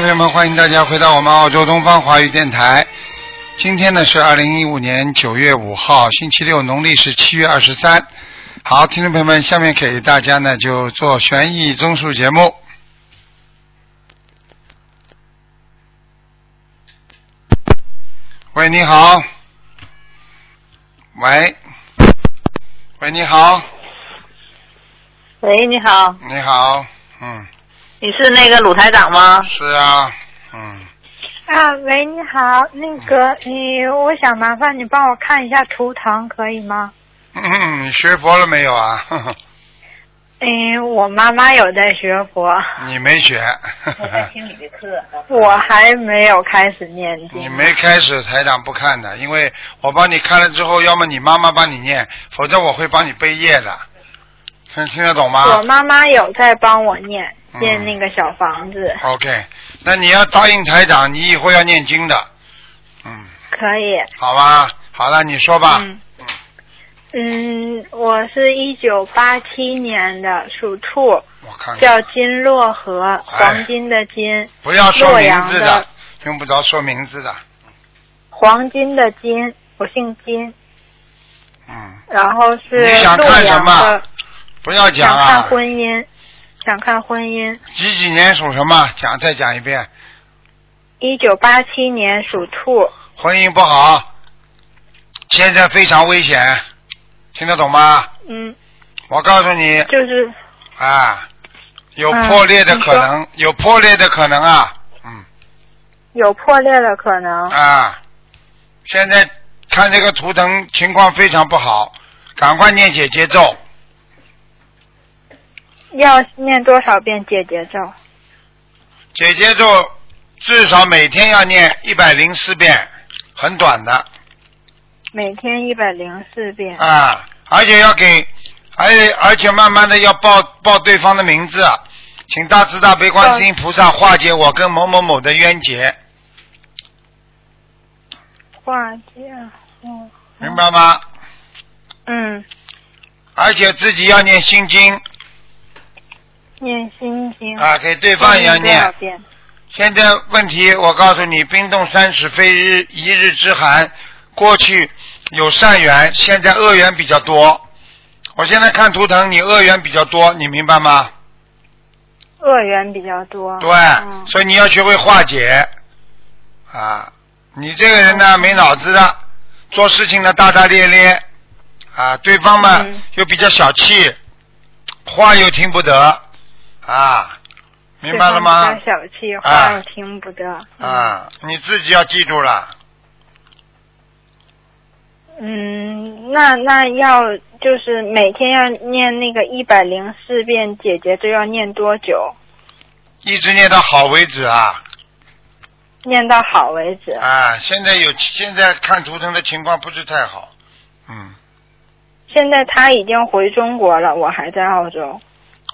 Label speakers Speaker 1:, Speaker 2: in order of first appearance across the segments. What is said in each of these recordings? Speaker 1: 朋友们，欢迎大家回到我们澳洲东方华语电台。今天呢是二零一五年九月五号，星期六，农历是七月二十三。好，听众朋友们，下面给大家呢就做悬疑综述节目。喂，你好。喂。喂，你好，
Speaker 2: 喂，你好，
Speaker 1: 你好，嗯，
Speaker 2: 你是那个鲁台长吗？
Speaker 1: 是啊，嗯，
Speaker 3: 啊，喂，你好，那个你，我想麻烦你帮我看一下图腾，可以吗？
Speaker 1: 你学佛了没有啊？ 呵呵
Speaker 3: 嗯，我妈妈有在学佛，
Speaker 1: 你没学，
Speaker 2: 听你的课。
Speaker 3: 我还没有开始念
Speaker 1: 嗯
Speaker 3: 经。
Speaker 1: 你没开始，台长不看的，因为我帮你看了之后，要么你妈妈帮你念，否则我会帮你背业的，听听得懂
Speaker 3: 我
Speaker 1: 吗
Speaker 3: 妈妈有在帮我念
Speaker 1: 嗯哦
Speaker 3: 念那个小房子，
Speaker 1: ？OK，那你要答应台长，你以后要念经的，嗯，
Speaker 3: 可以。
Speaker 1: 好吧，好了，你说吧，
Speaker 3: 嗯嗯，我是一九八七年的，属兔，
Speaker 1: 我看看，
Speaker 3: 叫金洛
Speaker 1: 哎
Speaker 3: 河，黄金的金，
Speaker 1: 不要说
Speaker 3: 洛
Speaker 1: 名
Speaker 3: 阳
Speaker 1: 字
Speaker 3: 的
Speaker 1: 用不着说名字的，
Speaker 3: 黄金的金，我姓金，
Speaker 1: 嗯，
Speaker 3: 然后是
Speaker 1: 你想
Speaker 3: 洛
Speaker 1: 看什
Speaker 3: 阳
Speaker 1: 么
Speaker 3: 的，
Speaker 1: 不要讲
Speaker 3: 想看
Speaker 1: 啊，
Speaker 3: 婚姻，想看婚姻。
Speaker 1: 几几年属什么？讲再讲一遍，
Speaker 3: 一九八七年属兔，
Speaker 1: 婚姻不好，现在非常危险，听得懂吗？
Speaker 3: 嗯，
Speaker 1: 我告诉你
Speaker 3: 就是
Speaker 1: 啊，有
Speaker 3: 嗯
Speaker 1: 破裂的可
Speaker 3: 你说
Speaker 1: 能，有破裂的可能啊，嗯
Speaker 3: 有破裂的可能。
Speaker 1: 啊，现在看这个图腾情况非常不好，赶快念姐姐咒，
Speaker 3: 要念多少遍解结咒？
Speaker 1: 姐姐咒至少每天要念一百零四遍，很短的。
Speaker 3: 每天一百零四遍。
Speaker 1: 啊，而且要给，而且而且慢慢的要报报对方的名字，请大慈大悲观世音菩萨化解我跟某某某的冤结，
Speaker 3: 化解，嗯
Speaker 1: 明白吗？
Speaker 3: 嗯，
Speaker 1: 而且自己要念心经
Speaker 3: 念心经。
Speaker 1: 啊，给对方也要
Speaker 3: 多少
Speaker 1: 念。
Speaker 3: 遍？
Speaker 1: 现在问题，我告诉你，冰冻三尺非日一日之寒。过去有善缘，现在恶缘比较多。我现在看图腾，你恶缘比较多，你明白吗？
Speaker 3: 恶缘比较多。
Speaker 1: 对，
Speaker 3: 嗯
Speaker 1: 所以你要学会化解啊！你这个人
Speaker 3: 嗯
Speaker 1: 呢，没脑子的，做事情呢大大咧咧啊，对方嘛、
Speaker 3: 嗯
Speaker 1: 又比较小气，话又听不得啊，明白了
Speaker 3: 对
Speaker 1: 吗
Speaker 3: 方比？较小气，
Speaker 1: 啊
Speaker 3: 话又听不得。
Speaker 1: 啊，你自己要记住了，
Speaker 3: 嗯，那那要就是每天要念那个一百零四遍解结咒，要念多久？
Speaker 1: 一直念到好为止啊！
Speaker 3: 念到好为止。
Speaker 1: 啊，现在有现在看图腾的情况不是太好，嗯，
Speaker 3: 现在他已经回中国了，我还在澳洲。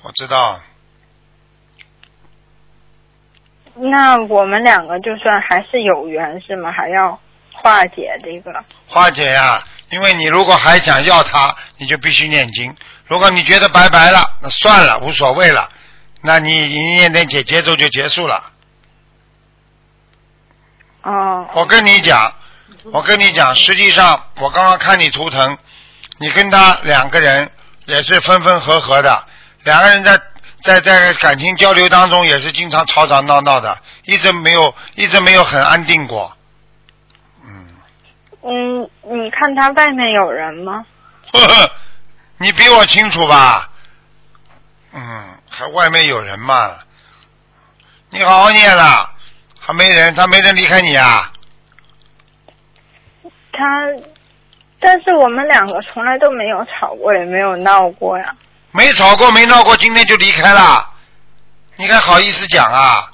Speaker 1: 我知道，
Speaker 3: 那我们两个就算还是有缘是吗？还要化解这个？
Speaker 1: 花姐呀、因为你如果还想要他，你就必须念经。如果你觉得拜拜了，那算了，无所谓了，那你你念点解节奏就结束了。
Speaker 3: 哦，
Speaker 1: 我跟你讲，我跟你讲，实际上我刚刚看你图腾，你跟他两个人也是分分合合的，两个人在在在感情交流当中也是经常吵吵闹闹的，一直没有一直没有很安定过。嗯，
Speaker 3: 嗯，你看他外面有人吗？
Speaker 1: 呵呵， 你比我清楚吧？嗯，还外面有人嘛？你好好念啦，还没人，他没人离开你啊？
Speaker 3: 他，但是我们两个从来都没有吵过，也没有闹过呀。
Speaker 1: 没吵过，没闹过，今天就离开了，你还好意思讲啊？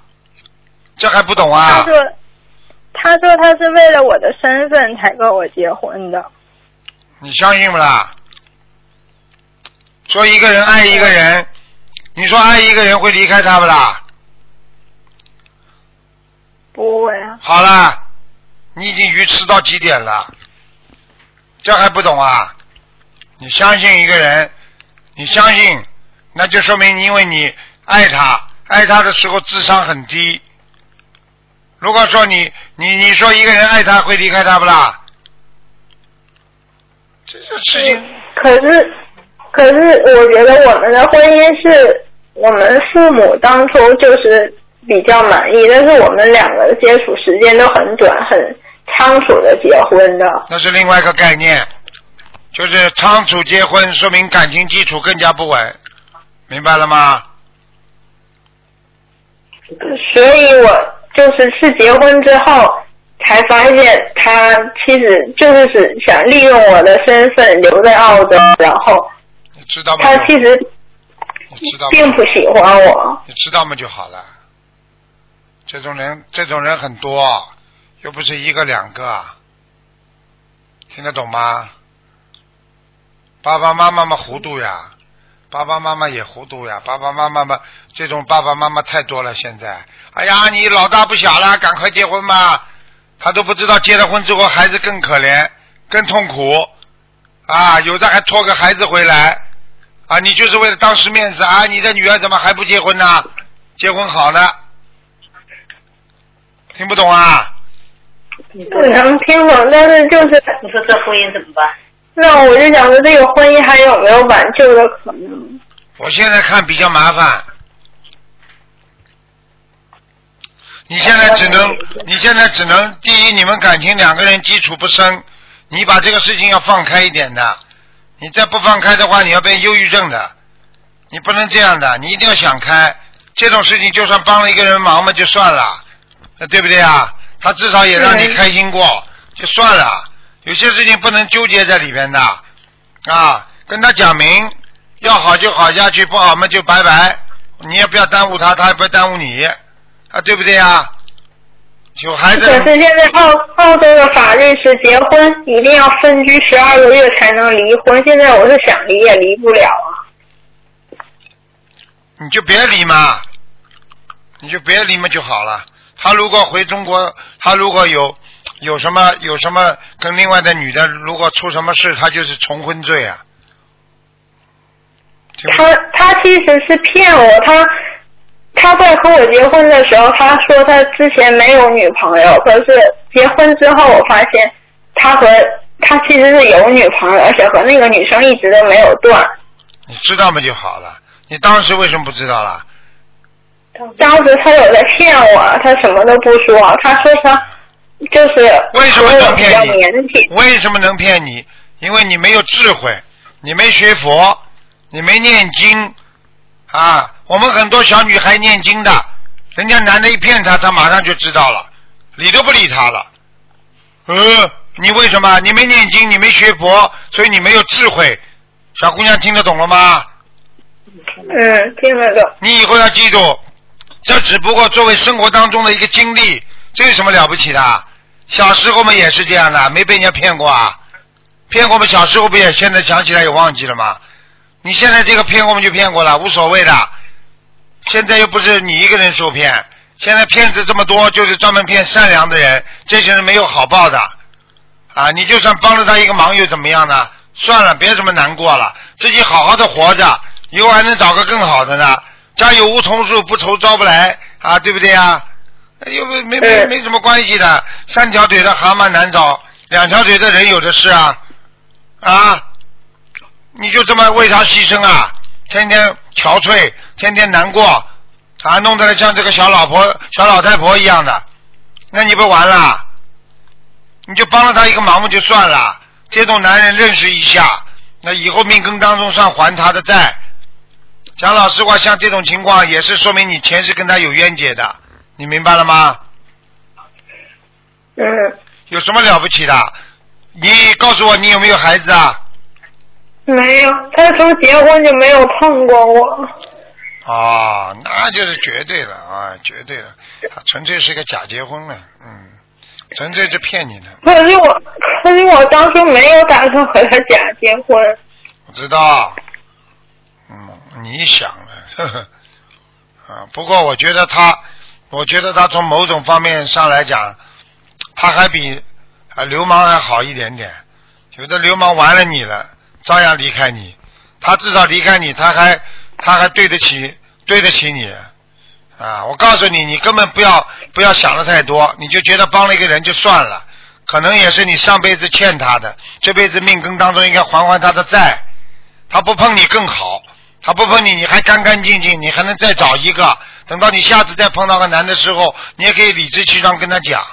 Speaker 1: 这还不懂
Speaker 3: 他
Speaker 1: 啊？
Speaker 3: 说，他说他是为了我的身份才跟我结婚的。
Speaker 1: 你相信不啦？说一个人爱一个人，你说爱一个人会离开他不啦？
Speaker 3: 不会啊，
Speaker 1: 好啦，你已经愚痴到极点了，这还不懂啊？你相信一个人，你相信，那就说明你因为你爱他，爱他的时候智商很低，如果说你你你说一个人爱他会离开他不啦？这这事情
Speaker 4: 可是，可是我觉得我们的婚姻是我们父母当初就是比较满意，但是我们两个接触时间都很短，很仓促的结婚的。
Speaker 1: 那是另外一个概念，就是仓促结婚，说明感情基础更加不稳，明白了吗？
Speaker 4: 所以我就是是结婚之后才发现，他其实就是只想利用我的身份留在澳洲，然后
Speaker 1: 你知道吗？
Speaker 4: 他其实
Speaker 1: 你知道
Speaker 4: 并
Speaker 1: 吗？
Speaker 4: 不喜欢我。
Speaker 1: 你知道吗就好了。这种人，这种人很多，又不是一个两个，听得懂吗？爸爸妈妈嘛糊涂呀，爸爸妈妈也糊涂呀，爸爸妈妈嘛这种爸爸妈妈太多了现在。哎呀，你老大不小了，赶快结婚吧！他都不知道结了婚之后孩子更可怜，更痛苦啊！有的还拖个孩子回来啊！你就是为了当时面子啊！你的女儿怎么还不结婚呢？结婚好呢？听不懂啊？
Speaker 2: 你说
Speaker 4: 不能听懂，但是就是
Speaker 2: 你说这婚姻怎么办？
Speaker 4: 那我就想说，这个婚姻还有没有挽救的可能？
Speaker 1: 我现在看比较麻烦。你现在只能，你现在只能，第一，你们感情两个人基础不深，你把这个事情要放开一点的。你再不放开的话，你要变忧郁症的。你不能这样的，你一定要想开。这种事情就算帮了一个人忙嘛，就算了，呃对不对啊？他至少也让你
Speaker 4: 对
Speaker 1: 开心过，就算了。有些事情不能纠结在里边的，啊，跟他讲明，要好就好下去，不好嘛就拜拜。你也不要耽误他，他也不要耽误你，啊，对不对啊？有孩
Speaker 4: 可
Speaker 1: 子，
Speaker 4: 是现在澳澳洲的法律是结婚一定要分居十二个月才能离婚，现在我是想离也离不了啊。
Speaker 1: 你就别理嘛，你就别理嘛就好了。他如果回中国，他如果有有什么有什么跟另外的女的，如果出什么事，他就是重婚罪啊。听不
Speaker 4: 他他其实是骗我，他他在和我结婚的时候，他说他之前没有女朋友，可是结婚之后我发现他和他其实是有女朋友，而且和那个女生一直都没有断。
Speaker 1: 你知道嘛就好了。你当时为什么不知道啦？
Speaker 4: 当时他有在骗我，他什么都不说，他说他就是
Speaker 1: 为什么能
Speaker 4: 比
Speaker 1: 骗
Speaker 4: 较
Speaker 1: 你
Speaker 4: 年轻，
Speaker 1: 为什么能骗你？因为你没有智慧，你没学佛，你没念经啊！我们很多小女孩念经的，人家男的一骗她，她马上就知道了，理都不理她了。呃，你为什么？你没念经，你没学佛，所以你没有智慧。小姑娘听得懂了吗？
Speaker 4: 嗯，听得懂。
Speaker 1: 你以后要记住，这只不过作为生活当中的一个经历，这有什么了不起的？小时候嘛也是这样的，没被人家骗过啊，骗过我们小时候不也现在想起来也忘记了吗？你现在这个骗过我们就骗过了，无所谓的。现在又不是你一个人受骗，现在骗子这么多，就是专门骗善良的人，这些人没有好报的。啊，你就算帮了他一个忙又怎么样呢？算了，别这么难过了，自己好好的活着，以后还能找个更好的呢。家有梧桐树，不愁招不来啊，对不对啊？又没没没
Speaker 4: 嗯
Speaker 1: 没什么关系的，三条腿的蛤蟆难找，两条腿的人有的是啊啊！你就这么为他牺牲啊？天天憔悴，天天难过，啊，弄得来像这个小老婆、小老太婆一样的，那你不完了？你就帮了他一个忙嘛，就算了。这种男人认识一下，那以后命根当中算还他的债。讲老实话，像这种情况也是说明你前世跟他有冤结的，你明白了吗？
Speaker 4: 嗯，
Speaker 1: 有什么了不起的？你告诉我，你有没有孩子啊？
Speaker 4: 没有，他从结婚就没有碰过我。
Speaker 1: 哦，那就是绝对了啊，绝对了，他纯粹是个假结婚了，嗯，纯粹是骗你的。
Speaker 4: 可是我，可是我当初没有打算和他假结婚。
Speaker 1: 我知道，嗯，你想了，呵呵， 啊，不过我觉得他，我觉得他从某种方面上来讲，他还比啊流氓还好一点点。有的流氓玩了你了，照样离开你，他至少离开你，他还他还对得起对得起你，啊，我告诉你，你根本不要不要想的太多，你就觉得帮了一个人就算了，可能也是你上辈子欠他的，这辈子命根当中应该还还他的债。他不碰你更好，他不碰你，你还干干净净，你还能再找一个。等到你下次再碰到个男的时候，你也可以理直气壮跟他讲。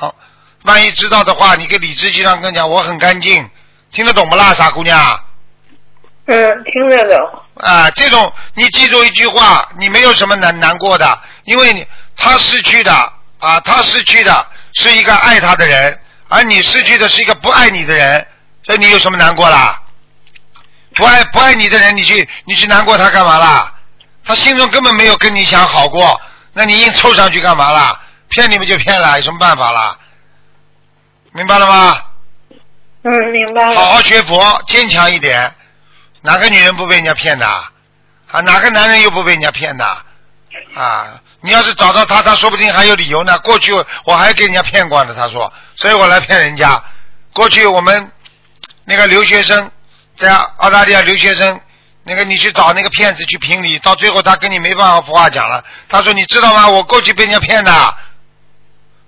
Speaker 1: 万一知道的话，你可以理直气壮跟他讲，我很干净，听得懂不啦，傻姑娘？
Speaker 4: 嗯，听得懂。
Speaker 1: 啊，这种你记住一句话，你没有什么难难过的，因为你他失去的啊，他失去的是一个爱他的人，而你失去的是一个不爱你的人，所以你有什么难过啦？不爱不爱你的人，你去你去难过他干嘛啦？他心中根本没有跟你想好过，那你硬凑上去干嘛啦？骗你们就骗了，有什么办法啦？明白了吗？
Speaker 4: 嗯，明白
Speaker 1: 好
Speaker 4: 了。
Speaker 1: 好学佛，坚强一点。哪个女人不被人家骗的？啊，哪个男人又不被人家骗的？啊，你要是找到他，他说不定还有理由呢。过去我还给人家骗过呢，他说，所以我来骗人家。过去我们那个留学生在澳大利亚留学生，那个你去找那个骗子去评理，到最后他跟你没办法话讲了。他说：“你知道吗？我过去被人家骗的。”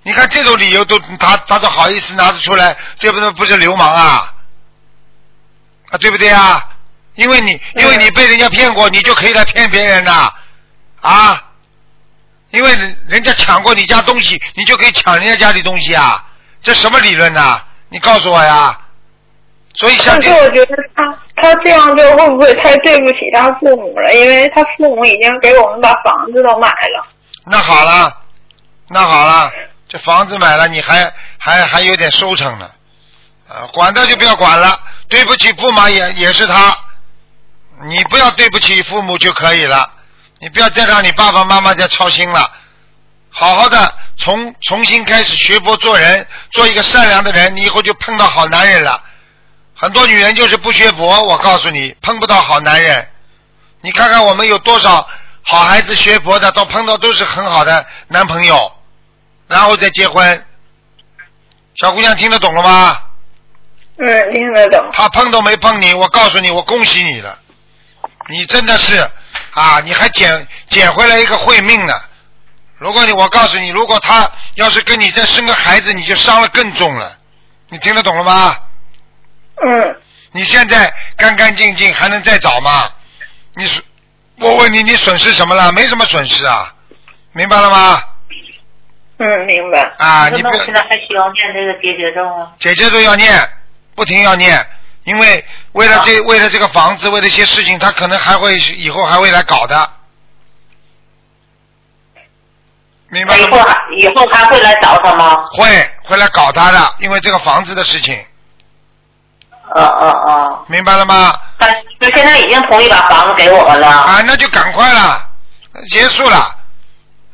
Speaker 1: 你看这种理由都他他都好意思拿得出来，这不是不是流氓啊？啊，对不对啊？因为你因为你被人家骗过，你就可以来骗别人呐、啊，因为人人家抢过你家东西，你就可以抢人家家里东西啊？这什么理论呐、你告诉我呀？所以像
Speaker 4: 但
Speaker 1: 这
Speaker 4: 是我觉得他他这样就会不会太对不起他父母了？因为他父母已经给我们把房子都买了。
Speaker 1: 那好了，那好了，这房子买了，你还还还有点收成呢，啊，管他就不要管了，对不起父母也也是他，你不要对不起父母就可以了，你不要再让你爸爸妈妈再操心了，好好的从重新开始学佛做人，做一个善良的人，你以后就碰到好男人了。很多女人就是不学佛，我告诉你，碰不到好男人。你看看我们有多少好孩子学佛的，到碰到都是很好的男朋友，然后再结婚。小姑娘听得懂了吗？
Speaker 4: 嗯，听得懂。
Speaker 1: 他碰都没碰你，我告诉你，我恭喜你了，你真的是啊，你还捡捡回来一个慧命呢。如果你，我告诉你，如果他要是跟你再生个孩子，你就伤了更重了。你听得懂了吗？
Speaker 4: 嗯，
Speaker 1: 你现在干干净净，还能再找吗？你损，我问你，你损失什么了？没什么损失啊，明白了吗？
Speaker 4: 嗯，明白。
Speaker 1: 啊，你不
Speaker 2: 那我
Speaker 1: 要
Speaker 2: 现在还需要念这个结节啊咒吗？
Speaker 1: 姐姐都要念，不停要念，因为为了这、为了这个房子，为了一些事情，他可能还会以后还会来搞的，明白
Speaker 2: 哎以
Speaker 1: 了
Speaker 2: 后
Speaker 1: 吗？
Speaker 2: 还以后还会来找他吗？
Speaker 1: 会会来搞他的，因为这个房子的事情，
Speaker 2: 嗯嗯嗯。
Speaker 1: 明白了吗？
Speaker 2: 但是就现在已经同意把房子给我们了。
Speaker 1: 啊，那就赶快了，结束了，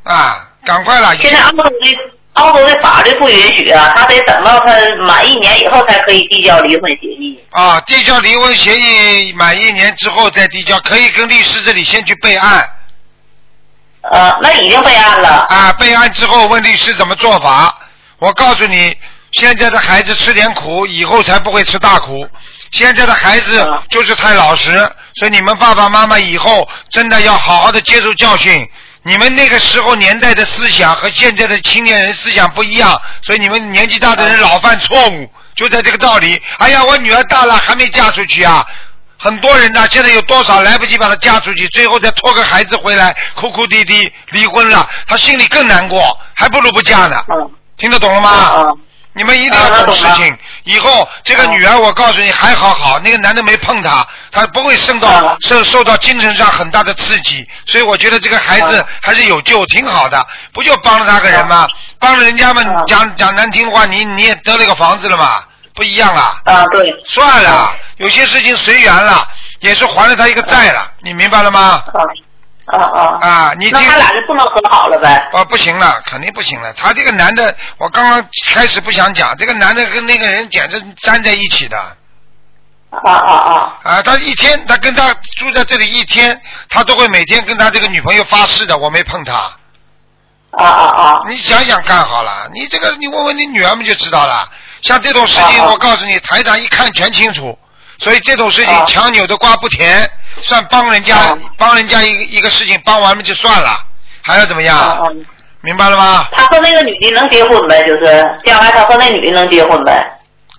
Speaker 1: 啊，赶快了，
Speaker 2: 现在澳洲的澳洲的法律不允许啊，他得等到他满一年以后才可以递交离婚协议。
Speaker 1: 啊，递交离婚协议满一年之后再递交，可以跟律师这里先去备案
Speaker 2: 呃，那已经备案了。
Speaker 1: 啊，备案之后问律师怎么做法。我告诉你，现在的孩子吃点苦，以后才不会吃大苦。现在的孩子
Speaker 2: 啊
Speaker 1: 就是太老实，所以你们爸爸妈妈以后真的要好好的接受教训。你们那个时候年代的思想和现在的青年人思想不一样，所以你们年纪大的人老犯错误，就在这个道理。哎呀，我女儿大了还没嫁出去啊，很多人呐，现在有多少来不及把她嫁出去，最后再拖个孩子回来，哭哭啼啼离婚了，她心里更难过，还不如不嫁呢。
Speaker 2: 嗯。
Speaker 1: 听得懂了吗？
Speaker 2: 嗯
Speaker 1: 你们一定要懂事
Speaker 2: 啊懂
Speaker 1: 情。以后这个女儿，我告诉你，还好好，那个男的没碰她，她不会受到
Speaker 2: 啊
Speaker 1: 受受到精神上很大的刺激。所以我觉得这个孩子
Speaker 2: 啊
Speaker 1: 还是有救，挺好的。不就帮了他个人吗？帮了人家们
Speaker 2: 啊
Speaker 1: 讲讲难听话，你你也得了个房子了嘛，不一样了。
Speaker 2: 啊，对，
Speaker 1: 算了，有些事情随缘了，也是还了他一个债了，你明白了吗？
Speaker 2: 啊啊啊。
Speaker 1: 啊，你
Speaker 2: 那
Speaker 1: 听
Speaker 2: 他俩就不能和好了呗？
Speaker 1: 啊，不行了，肯定不行了。他这个男的，我刚刚开始不想讲，这个男的跟那个人简直粘在一起的
Speaker 2: 啊啊啊！
Speaker 1: 啊！他一天，他跟他住在这里一天，他都会每天跟他这个女朋友发誓的，我没碰他。
Speaker 2: 啊啊啊！
Speaker 1: 你想想看好了，你这个你问问你女儿们就知道了。像这种事情，
Speaker 2: 啊啊
Speaker 1: 我告诉你，台长一看全清楚。所以这种事情
Speaker 2: 啊
Speaker 1: 强扭的瓜不甜，算帮人家
Speaker 2: 啊
Speaker 1: 帮人家一个一个事情帮完了就算了。还要怎么样？
Speaker 2: 嗯嗯
Speaker 1: 明白了吗？
Speaker 2: 他和那个女的能结婚呗？就是将来他和那女的能结婚呗？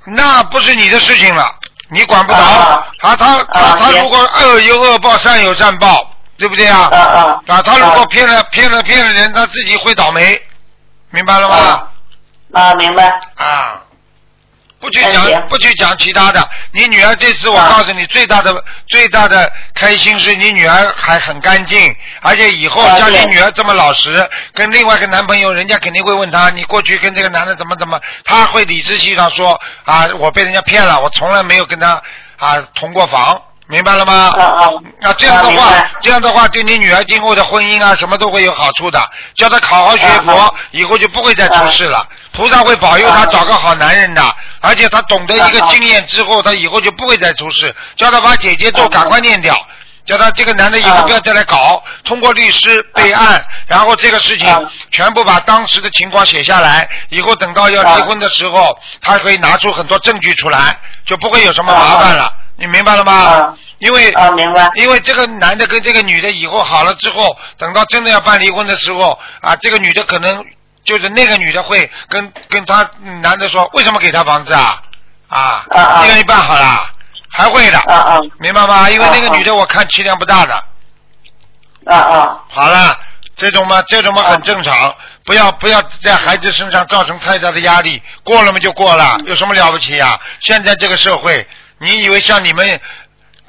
Speaker 1: 那不是你的事情了，你管不着。
Speaker 2: 啊
Speaker 1: 他他他
Speaker 2: 啊
Speaker 1: 他
Speaker 2: 行
Speaker 1: 如果恶有恶报，善有善报，对不对啊？
Speaker 2: 嗯嗯。
Speaker 1: 啊，他如果
Speaker 2: 啊
Speaker 1: 骗了骗了骗了人，他自己会倒霉，明白了吗？
Speaker 2: 啊，明白。
Speaker 1: 啊，不去
Speaker 2: 哎
Speaker 1: 讲
Speaker 2: 行
Speaker 1: 不去讲其他的。你女儿这次我
Speaker 2: 啊
Speaker 1: 告诉你，最大的最大的开心是你女儿还很干净，而且以后
Speaker 2: 啊
Speaker 1: 像你
Speaker 2: 对
Speaker 1: 女儿这么老实，跟另外一个男朋友，人家肯定会问她，你过去跟这个男的怎么怎么，她会理直气壮说啊，我被人家骗了，我从来没有跟他啊同过房，明白了吗？
Speaker 2: 嗯嗯。
Speaker 1: 那这样的
Speaker 2: 啊明
Speaker 1: 话
Speaker 2: 白，
Speaker 1: 这样的话对你女儿今后的婚姻啊，什么都会有好处的。叫她好好学
Speaker 2: 啊
Speaker 1: 佛，以后就不会再出事了。菩萨会保佑她
Speaker 2: 啊
Speaker 1: 找个好男人的，而且她懂得一个
Speaker 2: 啊
Speaker 1: 经验之后，她以后就不会再出事。叫她把姐姐咒
Speaker 2: 啊
Speaker 1: 赶快念掉，叫她这个男的以后
Speaker 2: 啊
Speaker 1: 不要再来搞。通过律师备案，然后这个事
Speaker 2: 啊
Speaker 1: 情全部把当时的情况写下来，以后等到要
Speaker 2: 啊
Speaker 1: 离婚的时候，她可以拿出很多证据出来，就不会有什么麻烦了。你明白了吗
Speaker 2: 啊？
Speaker 1: 因为
Speaker 2: 啊，明白。
Speaker 1: 因为这个男的跟这个女的以后好了之后，等到真的要办离婚的时候啊，这个女的可能就是那个女的会跟跟他嗯男的说，为什么给他房子啊？啊，
Speaker 2: 啊啊
Speaker 1: 一人一半好啦，还会的，
Speaker 2: 啊啊
Speaker 1: 明白吗？因为那个
Speaker 2: 啊
Speaker 1: 女的我看气量不大的，
Speaker 2: 啊啊
Speaker 1: 好了，这种嘛，这种嘛很正常，不要不要在孩子身上造成太大的压力，过了嘛就过了，
Speaker 2: 嗯
Speaker 1: 有什么了不起呀、现在这个社会，你以为像你们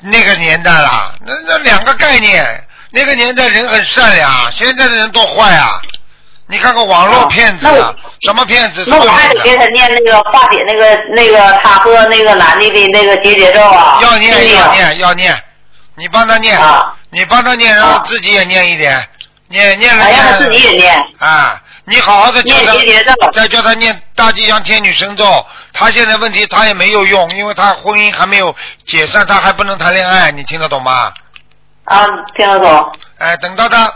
Speaker 1: 那个年代啦，那那两个概念，那个年代人很善良，现在的人多坏啊！你看看网络骗子
Speaker 2: 啊那
Speaker 1: 啊
Speaker 2: 我，
Speaker 1: 什么骗 子？
Speaker 2: 那我还得给他念那个化解那个那个他和那个男的的那个结节咒啊。
Speaker 1: 要念
Speaker 2: 对
Speaker 1: 要
Speaker 2: 呀。
Speaker 1: 念要念，你帮他念，
Speaker 2: 啊
Speaker 1: 你帮他念，让他
Speaker 2: 啊
Speaker 1: 自己也念一点，念念了
Speaker 2: 哎，
Speaker 1: 念
Speaker 2: 让
Speaker 1: 了。
Speaker 2: 他自己也念。
Speaker 1: 啊，你好好的教他
Speaker 2: 念结节咒，
Speaker 1: 再教他念大吉祥天女神咒。他现在问题他也没有用，因为他婚姻还没有解散，他还不能谈恋爱，你听得懂吗？
Speaker 2: 啊，听得懂。
Speaker 1: 哎，等到他，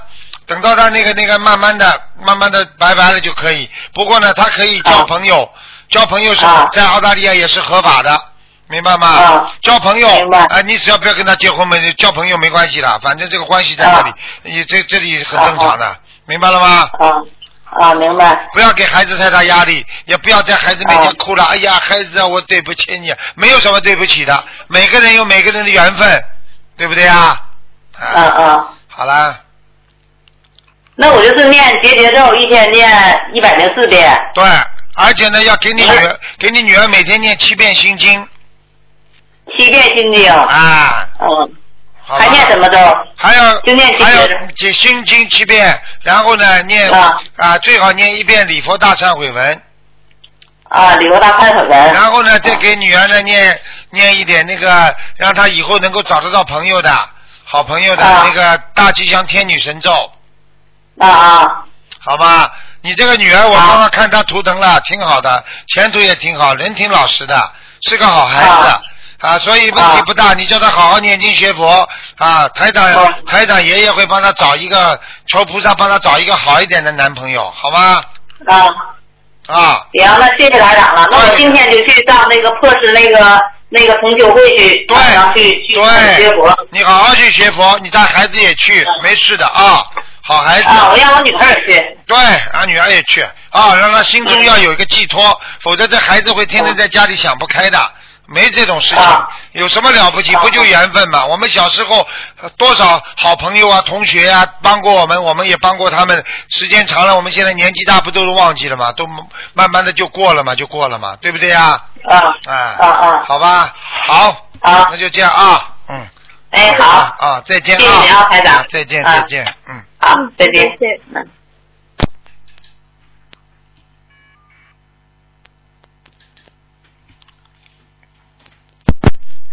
Speaker 1: 等到他那个那个慢慢的、慢慢的拜拜了就可以。不过呢，他可以交
Speaker 2: 啊
Speaker 1: 朋友，交朋友是、
Speaker 2: 啊
Speaker 1: 在澳大利亚也是合法的，明白吗？
Speaker 2: 啊
Speaker 1: 交朋友，
Speaker 2: 明白
Speaker 1: 啊、你只要不要跟他结婚嘛，交朋友没关系的，反正这个关系在那里，
Speaker 2: 啊
Speaker 1: 你这这里很正常的，明白了吗？
Speaker 2: 啊啊，明白。
Speaker 1: 不要给孩子太大压力，也不要在孩子
Speaker 2: 哦
Speaker 1: 面前哭了。哎呀，孩子啊，我对不起你，没有什么对不起的。每个人有每个人的缘分，对不对啊？
Speaker 2: 啊
Speaker 1: 啊，
Speaker 2: 啊。
Speaker 1: 好啦，
Speaker 2: 那我就是念结节咒，一天念一百零四遍。
Speaker 1: 对，而且呢，要给你女儿，给你女儿每天念七遍心经
Speaker 2: 七遍心经，
Speaker 1: 啊，
Speaker 2: 嗯，
Speaker 1: 好吧
Speaker 2: 还念什么咒？
Speaker 1: 还要
Speaker 2: 就念几
Speaker 1: 还要
Speaker 2: 遍
Speaker 1: 解心经七遍，然后呢念
Speaker 2: 啊
Speaker 1: 最好念一遍礼佛大忏悔文，
Speaker 2: 啊，礼佛大忏悔文。
Speaker 1: 然后呢再给女儿呢念念一点那个，让她以后能够找得到朋友的好朋友的、
Speaker 2: 啊
Speaker 1: 那个大吉祥天女神咒，
Speaker 2: 啊啊
Speaker 1: 好吧？你这个女儿我
Speaker 2: 啊
Speaker 1: 刚刚看她图腾了，挺好的，前途也挺好，人挺老实的，是个好孩子。
Speaker 2: 啊
Speaker 1: 啊，所以问题
Speaker 2: 啊
Speaker 1: 不大，你叫她好好念经学佛啊，台长、
Speaker 2: 啊
Speaker 1: 台长爷爷会帮她找一个，求菩萨帮她找一个好一点的男朋友，好吗？
Speaker 2: 啊！
Speaker 1: 啊，
Speaker 2: 行，那谢谢台长了。那
Speaker 1: 哎
Speaker 2: 我今天就去到那个破石那个那个同修会去，
Speaker 1: 对
Speaker 2: 然后去去
Speaker 1: 对
Speaker 2: 学佛。
Speaker 1: 你好好去学佛，你带孩子也去，
Speaker 2: 嗯
Speaker 1: 没事的啊，好孩子。
Speaker 2: 啊，我让我女儿也去。
Speaker 1: 对，啊，女儿也去啊，让她心中要有一个寄托，否则这孩子会天天在家里想不开的，没这种事情
Speaker 2: 啊，
Speaker 1: 有什么了不起？
Speaker 2: 啊
Speaker 1: 不就缘分嘛？我们小时候呃多少好朋友啊、同学啊帮过我们，我们也帮过他们。时间长了，我们现在年纪大，不都是忘记了嘛？都慢慢的就过了嘛，就过了嘛，对不对呀？
Speaker 2: 啊
Speaker 1: 啊
Speaker 2: 啊啊！
Speaker 1: 好吧，好，
Speaker 2: 好
Speaker 1: 那就这样啊，嗯，
Speaker 2: 哎，好，
Speaker 1: 啊，再见
Speaker 2: 谢谢你啊台长
Speaker 1: 再见，
Speaker 2: 啊
Speaker 1: 再见，嗯。
Speaker 2: 好，再
Speaker 3: 谢
Speaker 2: 见。
Speaker 3: 谢。嗯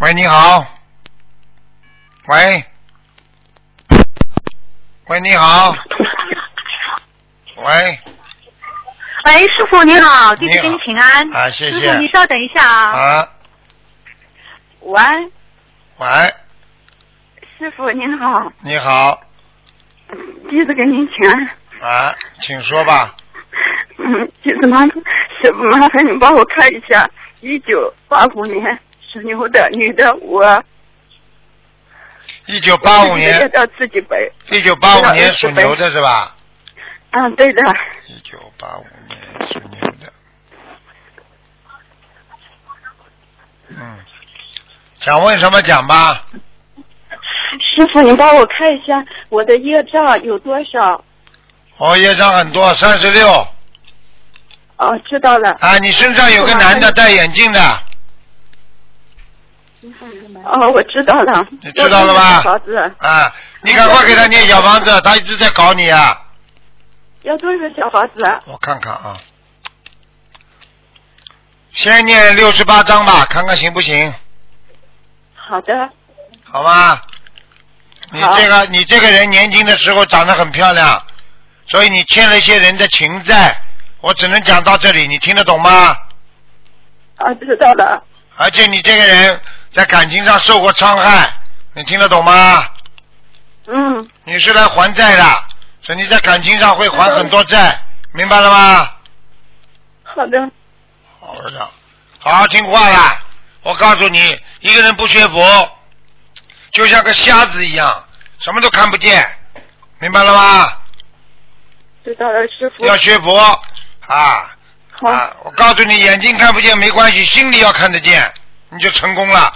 Speaker 1: 喂，你好。喂。喂，你好。喂，
Speaker 5: 喂，师傅你好，弟
Speaker 1: 你
Speaker 5: 子
Speaker 1: 好
Speaker 5: 给你请安。
Speaker 1: 啊谢谢
Speaker 5: 师傅，你稍等一下啊。
Speaker 1: 啊，
Speaker 5: 午安，
Speaker 1: 喂，
Speaker 5: 师傅您好，
Speaker 1: 你好，
Speaker 5: 弟子给您请安。
Speaker 1: 啊，请说吧。
Speaker 5: 嗯，弟子麻烦师傅麻烦你帮我看一下，一九八五年属牛的女的我。
Speaker 1: 一九八五
Speaker 5: 我自己
Speaker 1: 年
Speaker 5: 知，道自己背。
Speaker 1: 一九八五
Speaker 5: 知道
Speaker 1: 年属牛的是吧？
Speaker 5: 嗯，对的，
Speaker 1: 一九八五年属牛的。嗯，想问什么讲吧？
Speaker 5: 师傅，您帮我看一下我的业障有多少？
Speaker 1: 哦，业障很多，三十六。
Speaker 5: 哦，知道了。
Speaker 1: 啊，你身上有个男的戴眼镜的，
Speaker 5: 哦，我知道了。
Speaker 1: 你知道了吧
Speaker 5: 要多少小房子
Speaker 1: 啊，你赶快给他念小房子，他一直在搞你啊。
Speaker 5: 要多少小房子？
Speaker 1: 我看看啊，先念六十八章吧，看看行不行，
Speaker 5: 好的，
Speaker 1: 好吧？你
Speaker 5: 好
Speaker 1: 这个你这个人年轻的时候长得很漂亮，所以你欠了一些人的情债，我只能讲到这里，你听得懂吗？
Speaker 5: 啊，知道了，
Speaker 1: 而且你这个人在感情上受过伤害，你听得懂吗？
Speaker 5: 嗯，
Speaker 1: 你是来还债的，所以你在感情上会还很多债，明白了吗？
Speaker 5: 好的，
Speaker 1: 好儿子，好好听话啦！我告诉你，一个人不学佛，就像个瞎子一样，什么都看不见，明白了吗？
Speaker 5: 知道了，师傅，
Speaker 1: 要学佛啊
Speaker 5: 好，
Speaker 1: 啊！我告诉你，眼睛看不见没关系，心里要看得见，你就成功了。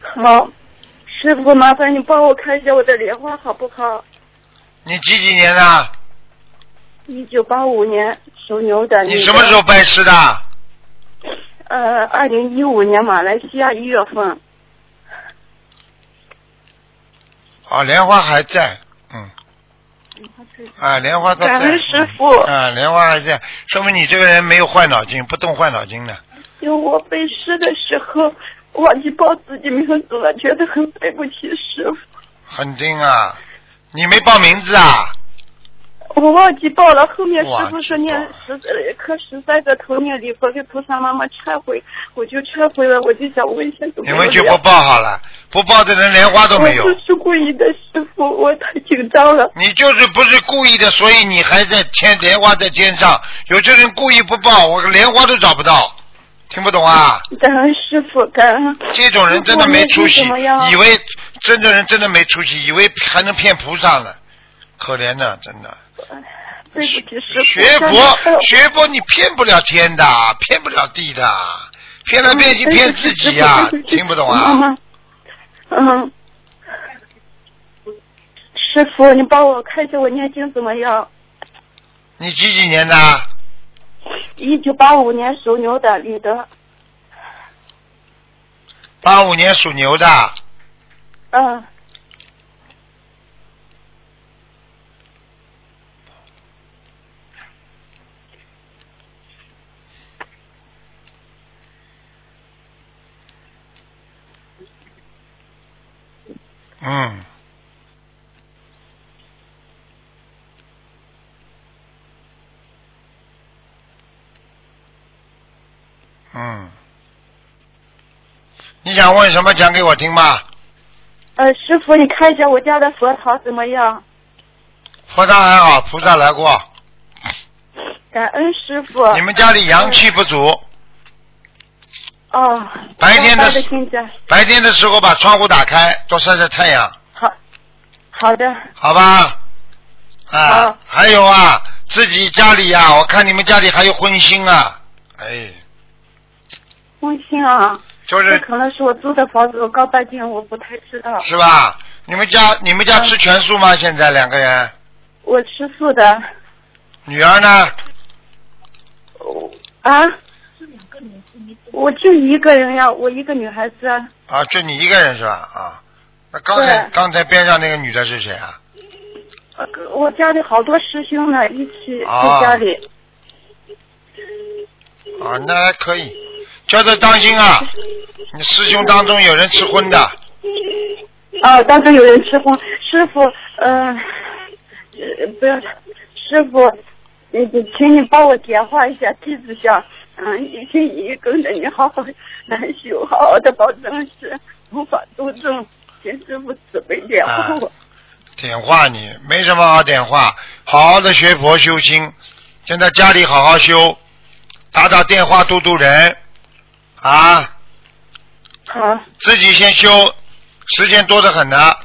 Speaker 5: 好，师傅，麻烦你帮我看一下我的莲花好不好？
Speaker 1: 你几几年啊的？
Speaker 5: 啊一九八五年属牛的。
Speaker 1: 你什么时候？拜师的？啊
Speaker 5: 呃，二零一五年马来西亚一月份。
Speaker 1: 哦，莲花还在，嗯。啊，莲花都在。
Speaker 5: 感恩师傅
Speaker 1: 啊，莲花还在，说明你这个人没有坏脑筋，不动坏脑筋的。
Speaker 5: 就我背诗的时候，忘记报自己名字了，觉得很对不起师
Speaker 1: 很精啊！你没报名字啊？
Speaker 5: 傅，我忘记报了。后面
Speaker 1: 哇
Speaker 5: 师傅说念
Speaker 1: 知道了
Speaker 5: 十呃磕十三个头念礼佛给菩萨妈妈忏悔，我就忏悔了。我就想问一下怎么
Speaker 1: 你们就
Speaker 5: 样
Speaker 1: 不报好了，不报的人连花都没有
Speaker 5: 我。不是故意的，师傅，我太紧张了。
Speaker 1: 你就是不是故意的，所以你还在牵莲花在肩上。有些人故意不报，我莲花都找不到，听不懂啊？
Speaker 5: 感恩师傅，感恩。
Speaker 1: 这种人真的没出息
Speaker 5: 师傅我念经怎么样，
Speaker 1: 以为真的人真的没出息，以为还能骗菩萨呢，可怜呢，真的。
Speaker 5: 对不起，师傅。
Speaker 1: 学
Speaker 5: 但
Speaker 1: 佛，
Speaker 5: 是
Speaker 1: 学佛你骗不了天的，骗不了地的，骗来骗去骗自己呀、
Speaker 5: 嗯对不嗯起
Speaker 1: 听不懂啊？？
Speaker 5: 嗯嗯。师傅，你帮我看一下我念经怎么样？
Speaker 1: 你几几年的？
Speaker 5: 一九八五年属牛的女的，
Speaker 1: 八五年属牛的，
Speaker 5: 嗯，
Speaker 1: 嗯，嗯，你想问什么讲给我听吧。
Speaker 5: 呃，师傅，你看一下我家的佛堂怎么样？
Speaker 1: 佛堂还好，菩萨来
Speaker 5: 啊
Speaker 1: 过。
Speaker 5: 感恩师傅。
Speaker 1: 你们家里阳气不足，
Speaker 5: 哦，
Speaker 1: 白天的
Speaker 5: 好的听见，
Speaker 1: 白天的时候把窗户打开，多晒晒太阳，
Speaker 5: 好，好的，
Speaker 1: 好吧？啊
Speaker 5: 好，
Speaker 1: 还有啊，自己家里啊，我看你们家里还有荤腥啊，哎，
Speaker 5: 温馨啊。
Speaker 1: 就
Speaker 5: 这
Speaker 1: 是
Speaker 5: 可能是我租的房子，我刚搬进，我不太知道。
Speaker 1: 是吧？你们家你们家
Speaker 5: 嗯
Speaker 1: 吃全素吗？现在两个人，
Speaker 5: 我吃素的。
Speaker 1: 女儿呢？
Speaker 5: 啊？我就一个人呀，我一个女孩子啊。
Speaker 1: 啊，就你一个人是吧？啊，那刚才
Speaker 5: 对
Speaker 1: 刚才边上那个女的是谁啊？
Speaker 5: 呃我家里好多师兄呢，一起
Speaker 1: 啊
Speaker 5: 在家里。
Speaker 1: 啊，那还可以，叫她当心啊！你师兄当中有人吃荤的，
Speaker 5: 啊，当时有人吃荤，师傅，嗯、呃，不要，师傅，你你，请你帮我点化一下弟子像，嗯，一心一意跟着你好好难修，好好的保证是无法度众，请师傅慈悲点化我。
Speaker 1: 点化你没什么好点化，好好的学佛修心，现在家里好好修，打打电话度度人，啊，
Speaker 5: 好，啊
Speaker 1: 自己先修，时间多得很呢，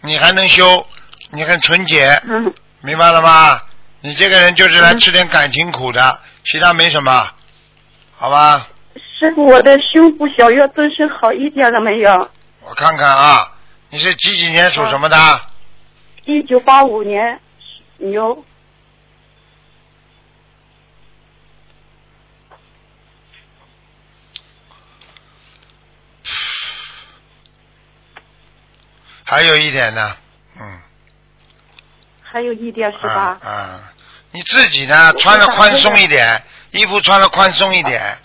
Speaker 1: 你还能修，你很纯洁，
Speaker 5: 嗯
Speaker 1: 明白了吗？你这个人就是来吃点感情苦的，其他没什么，好吧？
Speaker 5: 师傅，我的胸部小月增生好一点了没有？
Speaker 1: 我看看啊，你是几几年属什么的？
Speaker 5: 一九八五年牛，
Speaker 1: 还有一点呢，嗯，
Speaker 5: 还有一点是
Speaker 1: 啊
Speaker 5: 吧？
Speaker 1: 啊，你自己呢穿的宽松一点，衣服穿的宽松一点，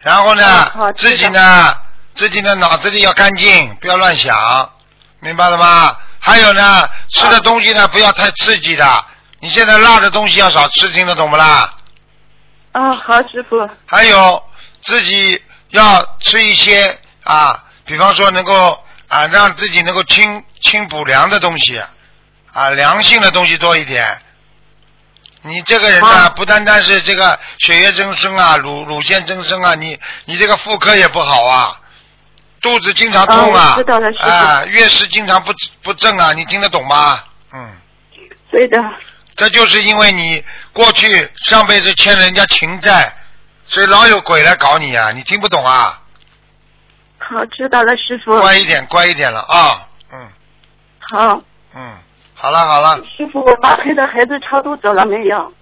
Speaker 1: 然后
Speaker 5: 嗯好
Speaker 1: 呢，
Speaker 5: 知道
Speaker 1: 自己呢，自己的脑子里要干净，不要乱想，明白了吗？还有呢，吃的东西呢不要太刺激的，你现在辣的东西要少吃，听得懂不啦？
Speaker 5: 啊，好，师傅。
Speaker 1: 还有自己要吃一些啊，比方说能够啊让自己能够清清补凉的东西，啊凉性的东西多一点。你这个人呢，
Speaker 5: 啊
Speaker 1: 不单单是这个血液增生啊、乳乳腺增生啊，你你这个妇科也不好啊，肚子经常痛
Speaker 5: 啊
Speaker 1: 啊
Speaker 5: 我知道了师，傅
Speaker 1: 啊月事经常不不正啊，你听得懂吗？嗯，
Speaker 5: 对的，
Speaker 1: 这就是因为你过去上辈子欠人家情债，所以老有鬼来搞你啊！你听不懂啊？
Speaker 5: 好，知道了，师傅。
Speaker 1: 乖一点，乖一点了啊！嗯
Speaker 5: 好，
Speaker 1: 嗯，好了好了，
Speaker 5: 师傅，我八岁的孩子超度走了没有？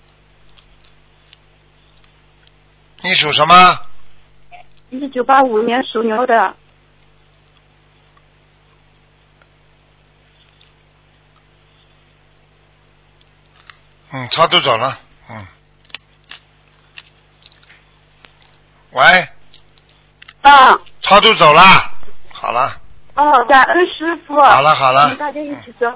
Speaker 1: 你属什么？
Speaker 5: 一九八五年属牛的，
Speaker 1: 嗯，超度走了。嗯。喂，
Speaker 5: 啊，
Speaker 1: 超度走了。好了
Speaker 5: 哦，感恩师傅。
Speaker 1: 好了好
Speaker 5: 我
Speaker 1: 了
Speaker 5: 们大家一起走。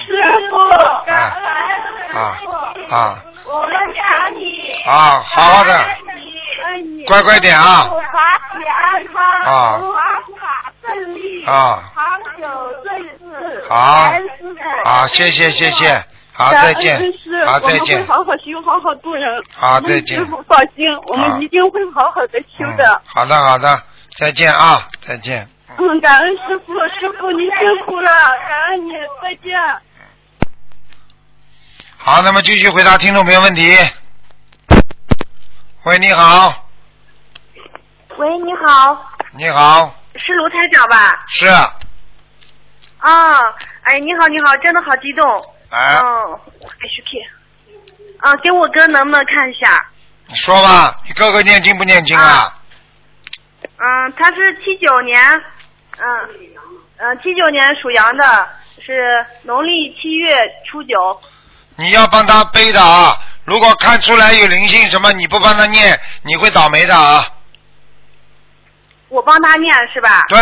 Speaker 5: 师傅，
Speaker 1: 啊
Speaker 5: 感
Speaker 1: 啊
Speaker 5: 恩师
Speaker 1: 啊
Speaker 5: 傅，我们感恩你，
Speaker 1: 啊，好好的，
Speaker 5: 你
Speaker 1: 乖乖点啊
Speaker 5: 法喜安康，
Speaker 1: 啊
Speaker 5: 法法胜利，
Speaker 1: 啊
Speaker 5: 长久正治，
Speaker 1: 好
Speaker 5: 感恩师傅
Speaker 1: 好，谢谢谢谢，好
Speaker 5: 感
Speaker 1: 再
Speaker 5: 恩
Speaker 1: 见
Speaker 5: 恩师，
Speaker 1: 好再
Speaker 5: 我们会
Speaker 1: 见，
Speaker 5: 好好修，好好度人。
Speaker 1: 好
Speaker 5: 我们
Speaker 1: 再见
Speaker 5: 师傅放心，我
Speaker 1: 好
Speaker 5: 们一定会好好的修的
Speaker 1: 嗯。好的好的，再见啊，再见。
Speaker 5: 嗯，感恩师傅，师傅您辛苦了，感恩你，再见。
Speaker 1: 好，那么继续回答听众朋友问题。喂，你好，
Speaker 6: 喂，你好，
Speaker 1: 你好，
Speaker 6: 是卢台长吧？
Speaker 1: 是，哎
Speaker 6: 啊，哎，你好，你好，真的好激动。
Speaker 1: 哎，
Speaker 5: 啊
Speaker 6: 嗯，HK。啊，给我哥能不能看一下？
Speaker 1: 你说吧，你哥哥念经不念经啊
Speaker 6: 啊？嗯，他是七九年，嗯嗯，七九年属羊的，是农历七月初九。
Speaker 1: 你要帮他背的啊，如果看出来有灵性什么，你不帮他念，你会倒霉的啊。
Speaker 6: 我帮他念是吧？
Speaker 1: 对，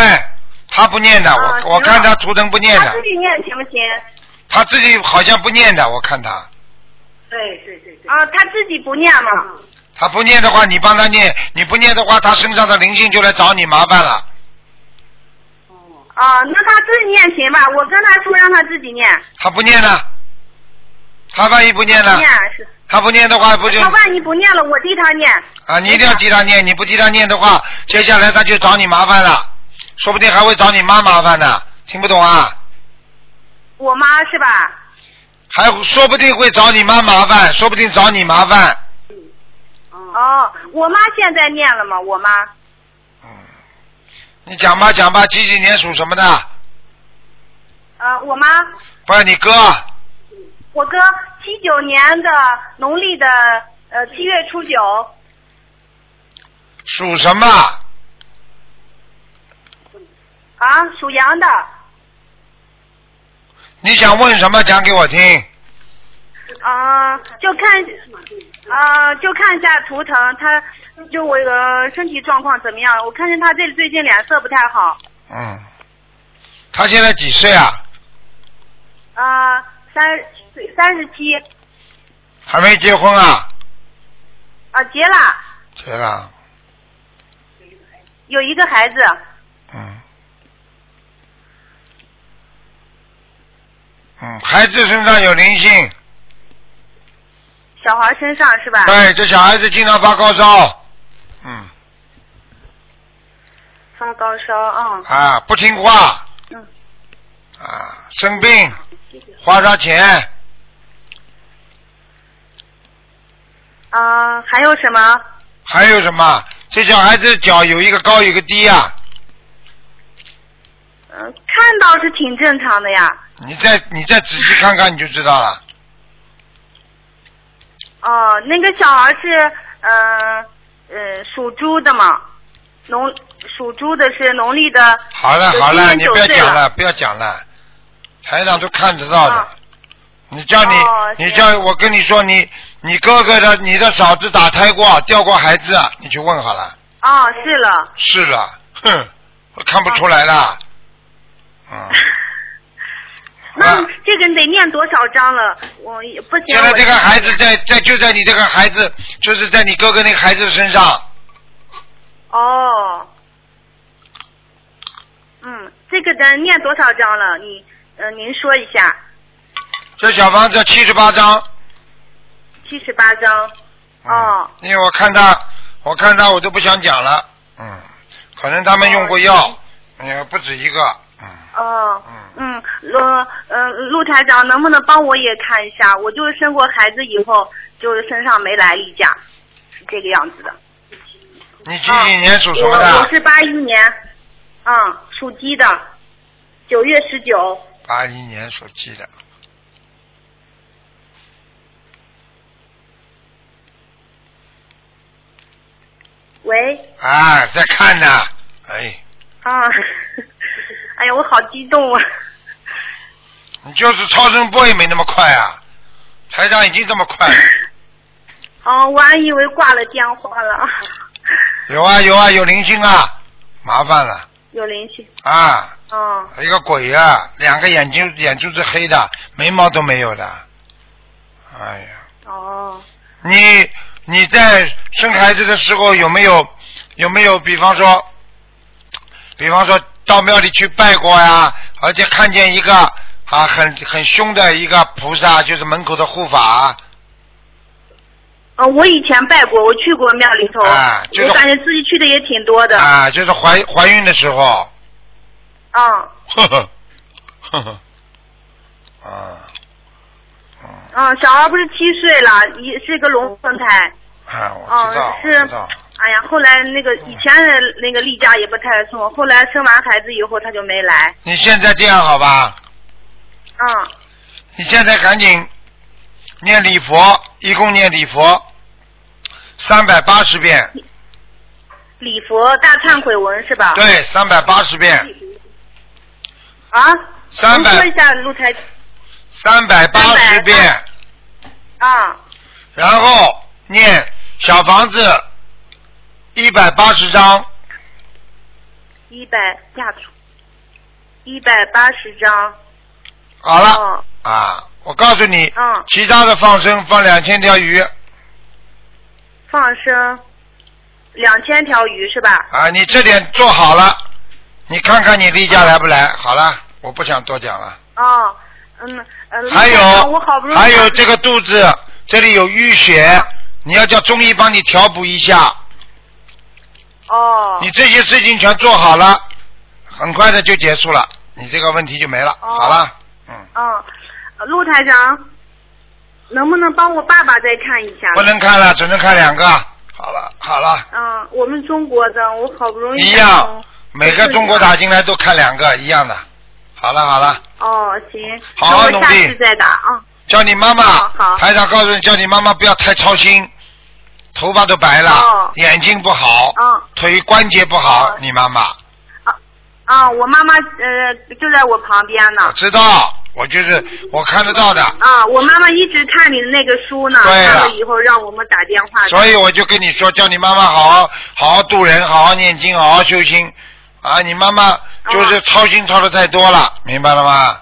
Speaker 1: 他不念的，
Speaker 6: 啊
Speaker 1: 我
Speaker 6: 行
Speaker 1: 我看
Speaker 6: 了
Speaker 1: 他图腾不念
Speaker 6: 他
Speaker 1: 的
Speaker 6: 自，己念行不行？
Speaker 1: 他自己好像不念的，我看他，
Speaker 6: 对对对嗯对。啊，他自己不念嘛？
Speaker 1: 他不念的话，你帮他念，你不念的话，他身上的灵性就来找你麻烦了。
Speaker 6: 啊，那他自己念行吧？我跟他说让他自己念，
Speaker 1: 他不念呢，他万一不念呢
Speaker 6: 念？是。
Speaker 1: 他不念的话，不就
Speaker 6: 他万一不念了，我替他念。
Speaker 1: 啊？你一定要替他念，你不替他念的话，接下来他就找你麻烦了，说不定还会找你妈麻烦呢。听不懂啊？
Speaker 6: 我妈是吧？
Speaker 1: 还说不定会找你妈麻烦，说不定找你麻烦。
Speaker 6: 哦，我妈现在念了吗？我妈
Speaker 1: 你讲吧讲吧，几几年属什么的？
Speaker 6: 呃，我妈，
Speaker 1: 不是你哥，
Speaker 6: 我哥七九年的农历的呃七月初九，
Speaker 1: 属什么？
Speaker 6: 啊，属羊的。
Speaker 1: 你想问什么？讲给我听。
Speaker 6: 啊、就看，啊、就看一下图腾，他就我呃身体状况怎么样？我看见他这最近脸色不太好，
Speaker 1: 嗯，他现在几岁啊？
Speaker 6: 啊、三三十七，
Speaker 1: 还没结婚啊？
Speaker 6: 啊、结了，
Speaker 1: 结了。
Speaker 6: 有一个孩子，
Speaker 1: 嗯。嗯，孩子身上有灵性，
Speaker 6: 小孩身上是吧？
Speaker 1: 对，哎这小孩子经常发高烧，嗯，
Speaker 6: 发高烧啊。嗯
Speaker 1: 啊，不听话，
Speaker 6: 嗯
Speaker 1: 啊，生病，花他钱，
Speaker 6: 啊、还有什么？
Speaker 1: 还有什么？这小孩子脚有一个高有一个低啊！
Speaker 6: 嗯、看到是挺正常的呀。
Speaker 1: 你再你再仔细看看你就知道了。
Speaker 6: 哦、那个小孩是呃呃属猪的嘛，农属猪的是农历的。
Speaker 1: 好了
Speaker 6: 就
Speaker 1: 好了，
Speaker 6: 今
Speaker 1: 你
Speaker 6: 年
Speaker 1: 不要
Speaker 6: 九岁
Speaker 1: 讲
Speaker 6: 了
Speaker 1: 了，不要讲了，台长都看得到的。
Speaker 6: 啊
Speaker 1: 你叫你，
Speaker 6: 哦
Speaker 1: 你
Speaker 6: 是
Speaker 1: 叫我跟你说，你你哥哥的你的嫂子打胎过，掉过孩子，你去问好了。
Speaker 6: 哦，是了。
Speaker 1: 是了，哼，我看不出来
Speaker 6: 啊
Speaker 1: 啦。嗯，
Speaker 6: 那
Speaker 1: 啊
Speaker 6: 这个得念多少章了？我也不行。
Speaker 1: 现在
Speaker 6: 我
Speaker 1: 这个孩子在在就在你这个孩子，就是在你哥哥那个孩子身上。
Speaker 6: 哦，嗯，这个得念多少章了？你呃，您说一下，
Speaker 1: 这小房子七十八张。
Speaker 6: 七十八章。哦，
Speaker 1: 嗯因为我看他，我看他，我都不想讲了。嗯，可能他们用过药，也不止一个。嗯，
Speaker 6: 哦，嗯，陆呃陆台长，能不能帮我也看一下？我就是生过孩子以后，就是身上没来例假，是这个样子的。
Speaker 1: 你几几年属什么
Speaker 6: 我哦我
Speaker 1: 的？
Speaker 6: 是八一年，嗯，属鸡的，九月十九。
Speaker 1: 八一年属鸡的。
Speaker 6: 喂，
Speaker 1: 啊，在看呢。哎，
Speaker 6: 啊， 哎呀，我好激动啊！
Speaker 1: 你就是超声波也没那么快啊，台长已经这么 快了。
Speaker 6: 哦，我还以为挂了电话了，
Speaker 1: 有啊有啊，有灵性啊，麻烦了
Speaker 6: 有联系。
Speaker 1: 啊！
Speaker 6: 哦，
Speaker 1: 一个鬼啊，两个眼睛眼珠子黑的，眉毛都没有的。哎呀。
Speaker 6: 哦，
Speaker 1: 你你在生孩子的时候有没有有没有，比方说，比方说到庙里去拜过呀，而且看见一个啊很很凶的一个菩萨，就是门口的护法啊，
Speaker 6: 哦，我以前拜过，我去过庙里头，
Speaker 1: 啊就是
Speaker 6: 我感觉自己去的也挺多的。
Speaker 1: 啊就是怀怀孕的时候，
Speaker 6: 嗯
Speaker 1: 呵呵呵呵，啊
Speaker 6: 嗯，小孩不是七岁了，一是个龙凤胎。
Speaker 1: 啊，我
Speaker 6: 哦
Speaker 1: 知道，我
Speaker 6: 是
Speaker 1: 知道，
Speaker 6: 哎呀，后来那个以前的那个例假也不太送，后来生完孩子以后他就没来。
Speaker 1: 你现在这样好吧？
Speaker 6: 嗯，
Speaker 1: 你现在赶紧念礼佛，一共念礼佛三百八十遍。
Speaker 6: 礼佛大忏悔文是吧？。
Speaker 1: 对，三百八十遍，
Speaker 6: 啊。
Speaker 1: 300
Speaker 6: 您说一下露台
Speaker 1: 三百八十
Speaker 6: 380
Speaker 1: 遍，
Speaker 6: 啊，
Speaker 1: 然后念小房子一百八十章，
Speaker 6: 一百下出，一百八十张。
Speaker 1: 好了、
Speaker 6: 哦
Speaker 1: 啊！我告诉你，
Speaker 6: 嗯
Speaker 1: 其他的放生放两千条鱼啊
Speaker 6: 放生两千条鱼是吧？
Speaker 1: 啊，你这点做好了，你看看你例假来不来？好了，我不想多讲了。
Speaker 6: 哦，嗯，呃，
Speaker 1: 还有
Speaker 6: 我好不容易
Speaker 1: 还有这个肚子这里有淤血，你要叫中医帮你调补一下。
Speaker 6: 哦
Speaker 1: 你这些事情全做好了，很快的就结束了，你这个问题就没了。
Speaker 6: 哦
Speaker 1: 好了，嗯，
Speaker 6: 哦，呃陆台长，能不能帮我爸爸再看一下？
Speaker 1: 不能看了，只能看两个。好了，好了，
Speaker 6: 嗯，我们中国的，我好不容易
Speaker 1: 一
Speaker 6: 才
Speaker 1: 样
Speaker 6: 从，
Speaker 1: 每个中国打进来都看两个，一样的。好了好了，
Speaker 6: 哦，行，
Speaker 1: 好好
Speaker 6: 那
Speaker 1: 努
Speaker 6: 我
Speaker 1: 力
Speaker 6: 下次再打啊。
Speaker 1: 叫你妈
Speaker 6: 好
Speaker 1: 妈，
Speaker 6: 好
Speaker 1: 台长告诉你，叫你妈妈不要太操心，头发都白了
Speaker 6: 哦，
Speaker 1: 眼睛不好
Speaker 6: 嗯，
Speaker 1: 腿关节不好
Speaker 6: 哦，
Speaker 1: 你妈妈
Speaker 6: 啊，我妈妈呃就在我旁边
Speaker 1: 我
Speaker 6: 呢。
Speaker 1: 知道，我就是我看得到的，
Speaker 6: 啊，我妈妈一直看你的那个书呢，
Speaker 1: 嗯对了
Speaker 6: 看了以后让我们打电话。
Speaker 1: 所以我就跟你说，叫你妈妈好好好好度人，好好念经，好好修心。啊，你妈妈就是操心操的太多了，明白了吗？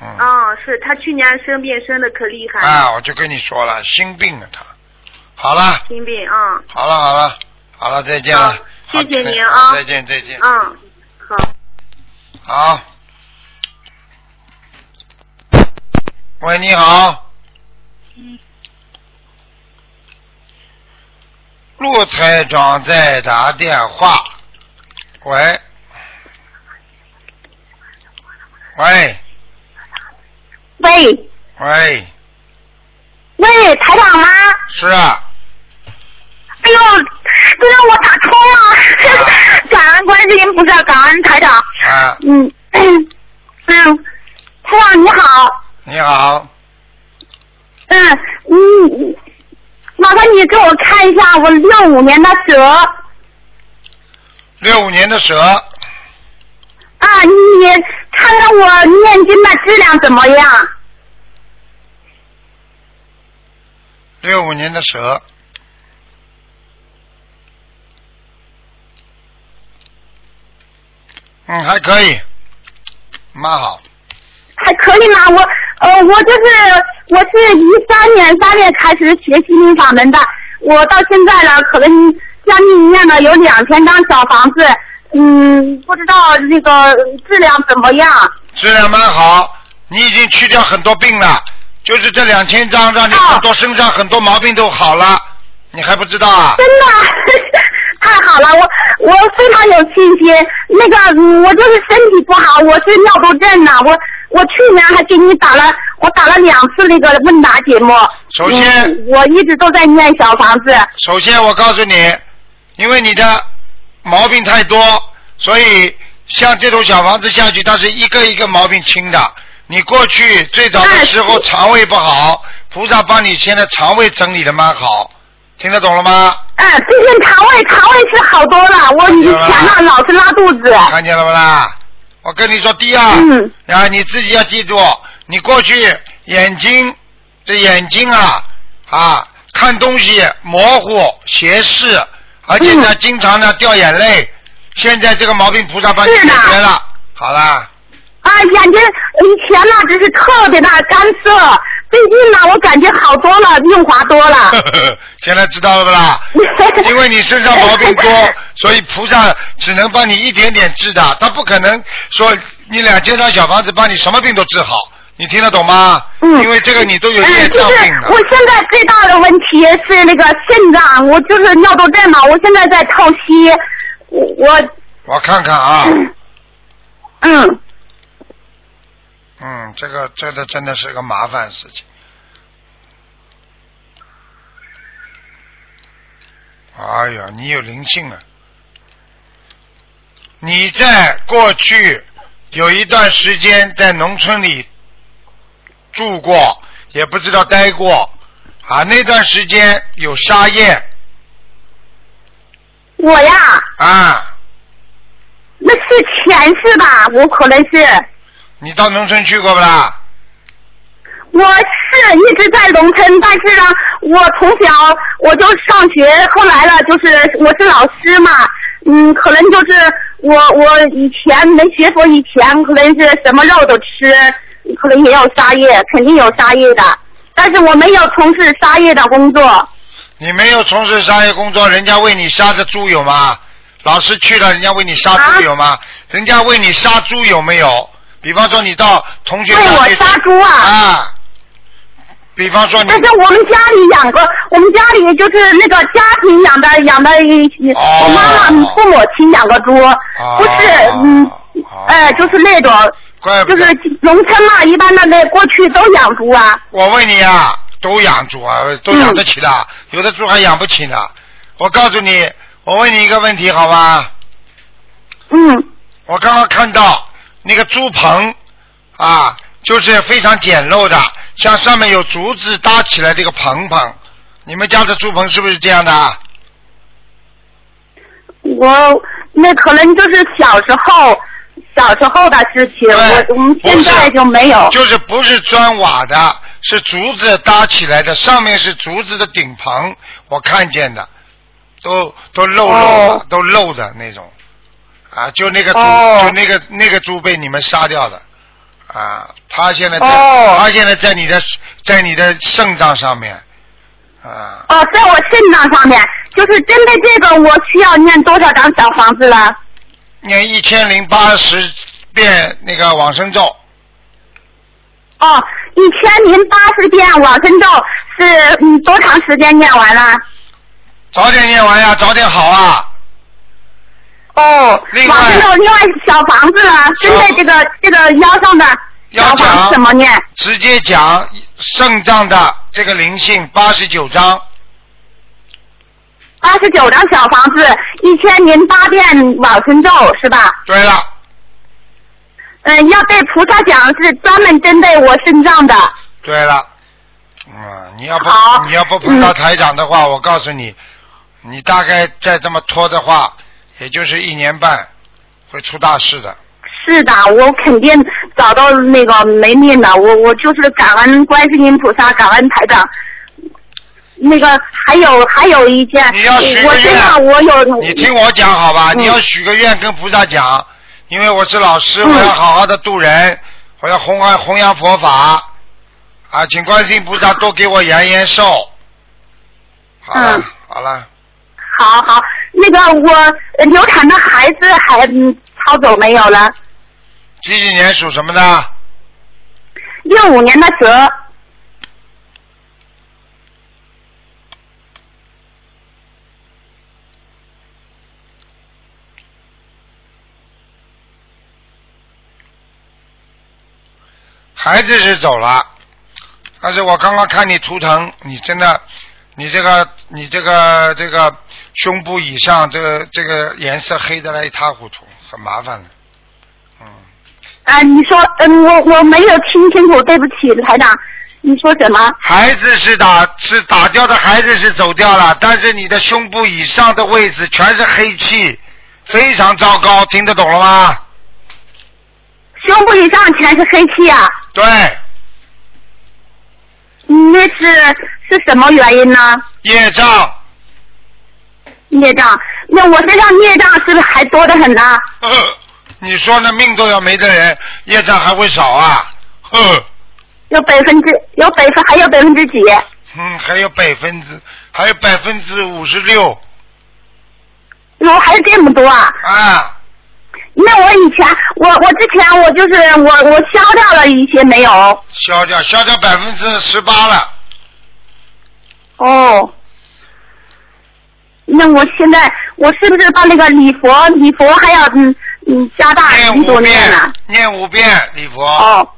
Speaker 1: 嗯。
Speaker 6: 嗯，是她去年生病生的可厉害了，
Speaker 1: 啊，我就跟你说了，心病了她。好了，
Speaker 6: 心病啊。嗯
Speaker 1: 好了，好了，好了，再见了
Speaker 6: 好。谢谢
Speaker 1: 好
Speaker 6: 您啊
Speaker 1: 再见，再见。
Speaker 6: 嗯，好。
Speaker 1: 好。喂，你好。陆台长在打电话。喂。喂。
Speaker 7: 喂
Speaker 1: 喂，
Speaker 7: 喂，台长吗？
Speaker 1: 是啊，
Speaker 7: 哎呦，都让我打通了， 感恩观世音菩萨，感恩台长。
Speaker 1: 啊，
Speaker 7: 嗯嗯，台长你好，
Speaker 1: 你好，
Speaker 7: 嗯嗯，麻烦你给我看一下我六五年的蛇
Speaker 1: 六五年的蛇，
Speaker 7: 啊，你看看我念经的质量怎么样？
Speaker 1: 六五年的蛇，嗯，还可以，蛮好，
Speaker 7: 还可以吗？我呃，我就是我是一三年三月开始学心灵法门的，我到现在了，可能将近念了有两千张小房子，嗯，不知道那个质量怎么样。
Speaker 1: 质量蛮好，你已经去掉很多病了，就是这两千张
Speaker 7: 哦
Speaker 1: 让你很多身上很多毛病都好了，你还不知道啊？
Speaker 7: 真的， 太好了，我我非常有信心。那个，嗯我就是身体不好，我是尿毒症呢。我我去年还给你打了，我打了两次那个问答节目。
Speaker 1: 首先
Speaker 7: 嗯我一直都在念小房子。
Speaker 1: 首先我告诉你，因为你的毛病太多，所以像这种小房子下去，它是一个一个毛病清的。你过去最早的时候
Speaker 7: 哎
Speaker 1: 肠胃不好，菩萨帮你现在肠胃整理的蛮好，听得懂了吗？
Speaker 7: 哎，最近肠胃肠胃是好多了，我
Speaker 5: 嗯
Speaker 7: 以前
Speaker 1: 是吧
Speaker 7: 呢老是拉肚子。
Speaker 1: 看见了不啦？我跟你说，第二，
Speaker 7: 嗯
Speaker 1: 啊，你自己要记住，你过去眼睛这眼睛啊啊看东西模糊斜视，而且呢、
Speaker 7: 嗯
Speaker 1: 经常呢掉眼泪，现在这个毛病菩萨帮你解
Speaker 7: 是的
Speaker 1: 决了，好啦，哎
Speaker 7: 啊，眼睛以前呢只是特别的干涩，最近呢我感觉好多了，润滑多了。，
Speaker 1: 现在知道了不啦？因为你身上毛病多所以菩萨只能帮你一点点治的，他不可能说你两千张小房子帮你什么病都治好，你听得懂吗？
Speaker 7: 嗯
Speaker 1: 因为这个你都有业
Speaker 7: 嗯，就
Speaker 1: 障
Speaker 7: 是
Speaker 1: 病的
Speaker 7: 我。现在最大的问题是那个肾脏，我就是尿毒症嘛，我现在在透析，我我
Speaker 1: 我看看啊，
Speaker 7: 嗯
Speaker 1: 嗯，这个这个真的是个麻烦事情。哎呀，你有灵性了！你在过去有一段时间在农村里住过，也不知道待过啊。那段时间有沙业
Speaker 7: 我呀，
Speaker 1: 啊，
Speaker 7: 那是前世吧，我可能是
Speaker 1: 你到农村去过不啦？
Speaker 7: 我是一直在农村，但是呢，我从小我就上学，后来了就是我是老师嘛，嗯，可能就是我我以前没学佛以前，可能是什么肉都吃，可能也有杀业，肯定有杀业的，但是我没有从事杀业的工作。
Speaker 1: 你没有从事商业工作，人家为你杀的猪有吗？老师去了，人家为你杀猪有吗？人家为你杀猪有没有？比方说你到同学
Speaker 7: 为
Speaker 1: 家
Speaker 7: 我
Speaker 1: 去
Speaker 7: 杀猪啊！
Speaker 1: 啊，比方说你
Speaker 7: 但是我们家里养过，我们家里就是那个家庭养的养的，
Speaker 1: 哦
Speaker 7: 我妈妈父母亲养过猪，
Speaker 1: 啊
Speaker 7: 不是嗯
Speaker 1: 哦，
Speaker 7: 哎、就是那种。
Speaker 1: 怪不
Speaker 7: 就
Speaker 1: 得
Speaker 7: 是农村嘛，一般的那过去都养猪啊。
Speaker 1: 我问你啊，都养猪啊，都养得起的，有的猪还养不起呢。我告诉你，我问你一个问题，好吧？
Speaker 7: 嗯，
Speaker 1: 我刚刚看到那个猪棚啊，就是非常简陋的，像上面有竹子搭起来这个棚棚。你们家的猪棚是不是这样的啊？
Speaker 7: 我那可能就是小时候小时候的事情，
Speaker 1: 对
Speaker 7: 我我们
Speaker 1: 不
Speaker 7: 现
Speaker 1: 是
Speaker 7: 在就没有。
Speaker 1: 就是不是砖瓦的，是竹子搭起来的，上面是竹子的顶棚，我看见的，都都漏漏的，
Speaker 7: 哦
Speaker 1: 都漏的那种，啊，就那个猪，
Speaker 7: 哦
Speaker 1: 就那个那个猪被你们杀掉的，啊，它现在在，
Speaker 7: 哦
Speaker 1: 它现在在你的在你的肾脏上面，啊，
Speaker 7: 哦，在我肾脏上面，就是针对这个，我需要念多少张小房子了？
Speaker 1: 念一千零八十遍那个往生咒，
Speaker 7: 哦，一千零八十遍往生咒是嗯多长时间念完了？
Speaker 1: 早点念完呀，早点好啊。
Speaker 7: 哦
Speaker 1: 另，外
Speaker 7: 往生咒另外小房子呢，针对这个这个腰上的
Speaker 1: 要
Speaker 7: 小房
Speaker 1: 讲
Speaker 7: 子怎么念？
Speaker 1: 直接讲肾脏的这个灵性八十九章，
Speaker 7: 八十九张小房子，一千零八遍往生咒是吧？
Speaker 1: 对了，
Speaker 7: 嗯，要对菩萨讲是专门针对我肾脏的。
Speaker 1: 对了，嗯，你要不
Speaker 7: 好
Speaker 1: 你要不碰到
Speaker 7: 嗯
Speaker 1: 台长的 话，我告诉你，你大概再这么拖的话，也就是一年半，会出大事的。
Speaker 7: 是的，我肯定找到那个没命的，我我就是感恩观世音菩萨，感恩台长。那个还有还有一件，
Speaker 1: 你要许个
Speaker 7: 我身
Speaker 1: 愿
Speaker 7: 上我有
Speaker 1: 你听我讲好吧，
Speaker 7: 嗯
Speaker 1: 你要许个愿跟菩萨讲，因为我是老师，
Speaker 7: 嗯
Speaker 1: 我要好好的度人，我要弘扬弘扬佛法，啊，请观世音菩萨多给我延延寿。好了、
Speaker 7: 嗯
Speaker 1: 好了，
Speaker 7: 好好，那个我呃流产的孩子还嗯抄走没有了？
Speaker 1: 几几年属什么的？
Speaker 7: 六五年的蛇，
Speaker 1: 孩子是走了，但是我刚刚看你图腾，你真的，你这个你这个这个胸部以上这个这个颜色黑的来一塌糊涂，很麻烦的。嗯，
Speaker 7: 啊、你说，嗯，我我没有听清楚，对不起，台长，你说什么？
Speaker 1: 孩子是打是打掉的，孩子是走掉了，但是你的胸部以上的位置全是黑气，非常糟糕，听得懂了吗？
Speaker 7: 胸部以上全是黑气啊，
Speaker 1: 对，
Speaker 7: 嗯那是是什么原因呢？
Speaker 1: 业障，
Speaker 7: 孽障，那我身上孽障是不是还多得很呢？
Speaker 1: 呵你说呢？命都要没的人，业障还会少啊？ 呵。
Speaker 7: 有百分之有百分还有百分之几？
Speaker 1: 嗯，还有百分之，还有百分之五十六
Speaker 7: 我还有这么多啊？
Speaker 1: 啊！
Speaker 7: 那我以前我我之前我就是我我消掉了一些没有
Speaker 1: 消掉，消掉百分之十八了。
Speaker 7: 哦。那我现在我是不是把那个礼佛礼佛还要嗯嗯加大
Speaker 1: 念
Speaker 7: 力度
Speaker 1: 五
Speaker 7: 念呢？
Speaker 1: 遍，哎念五遍礼佛。
Speaker 7: 哦，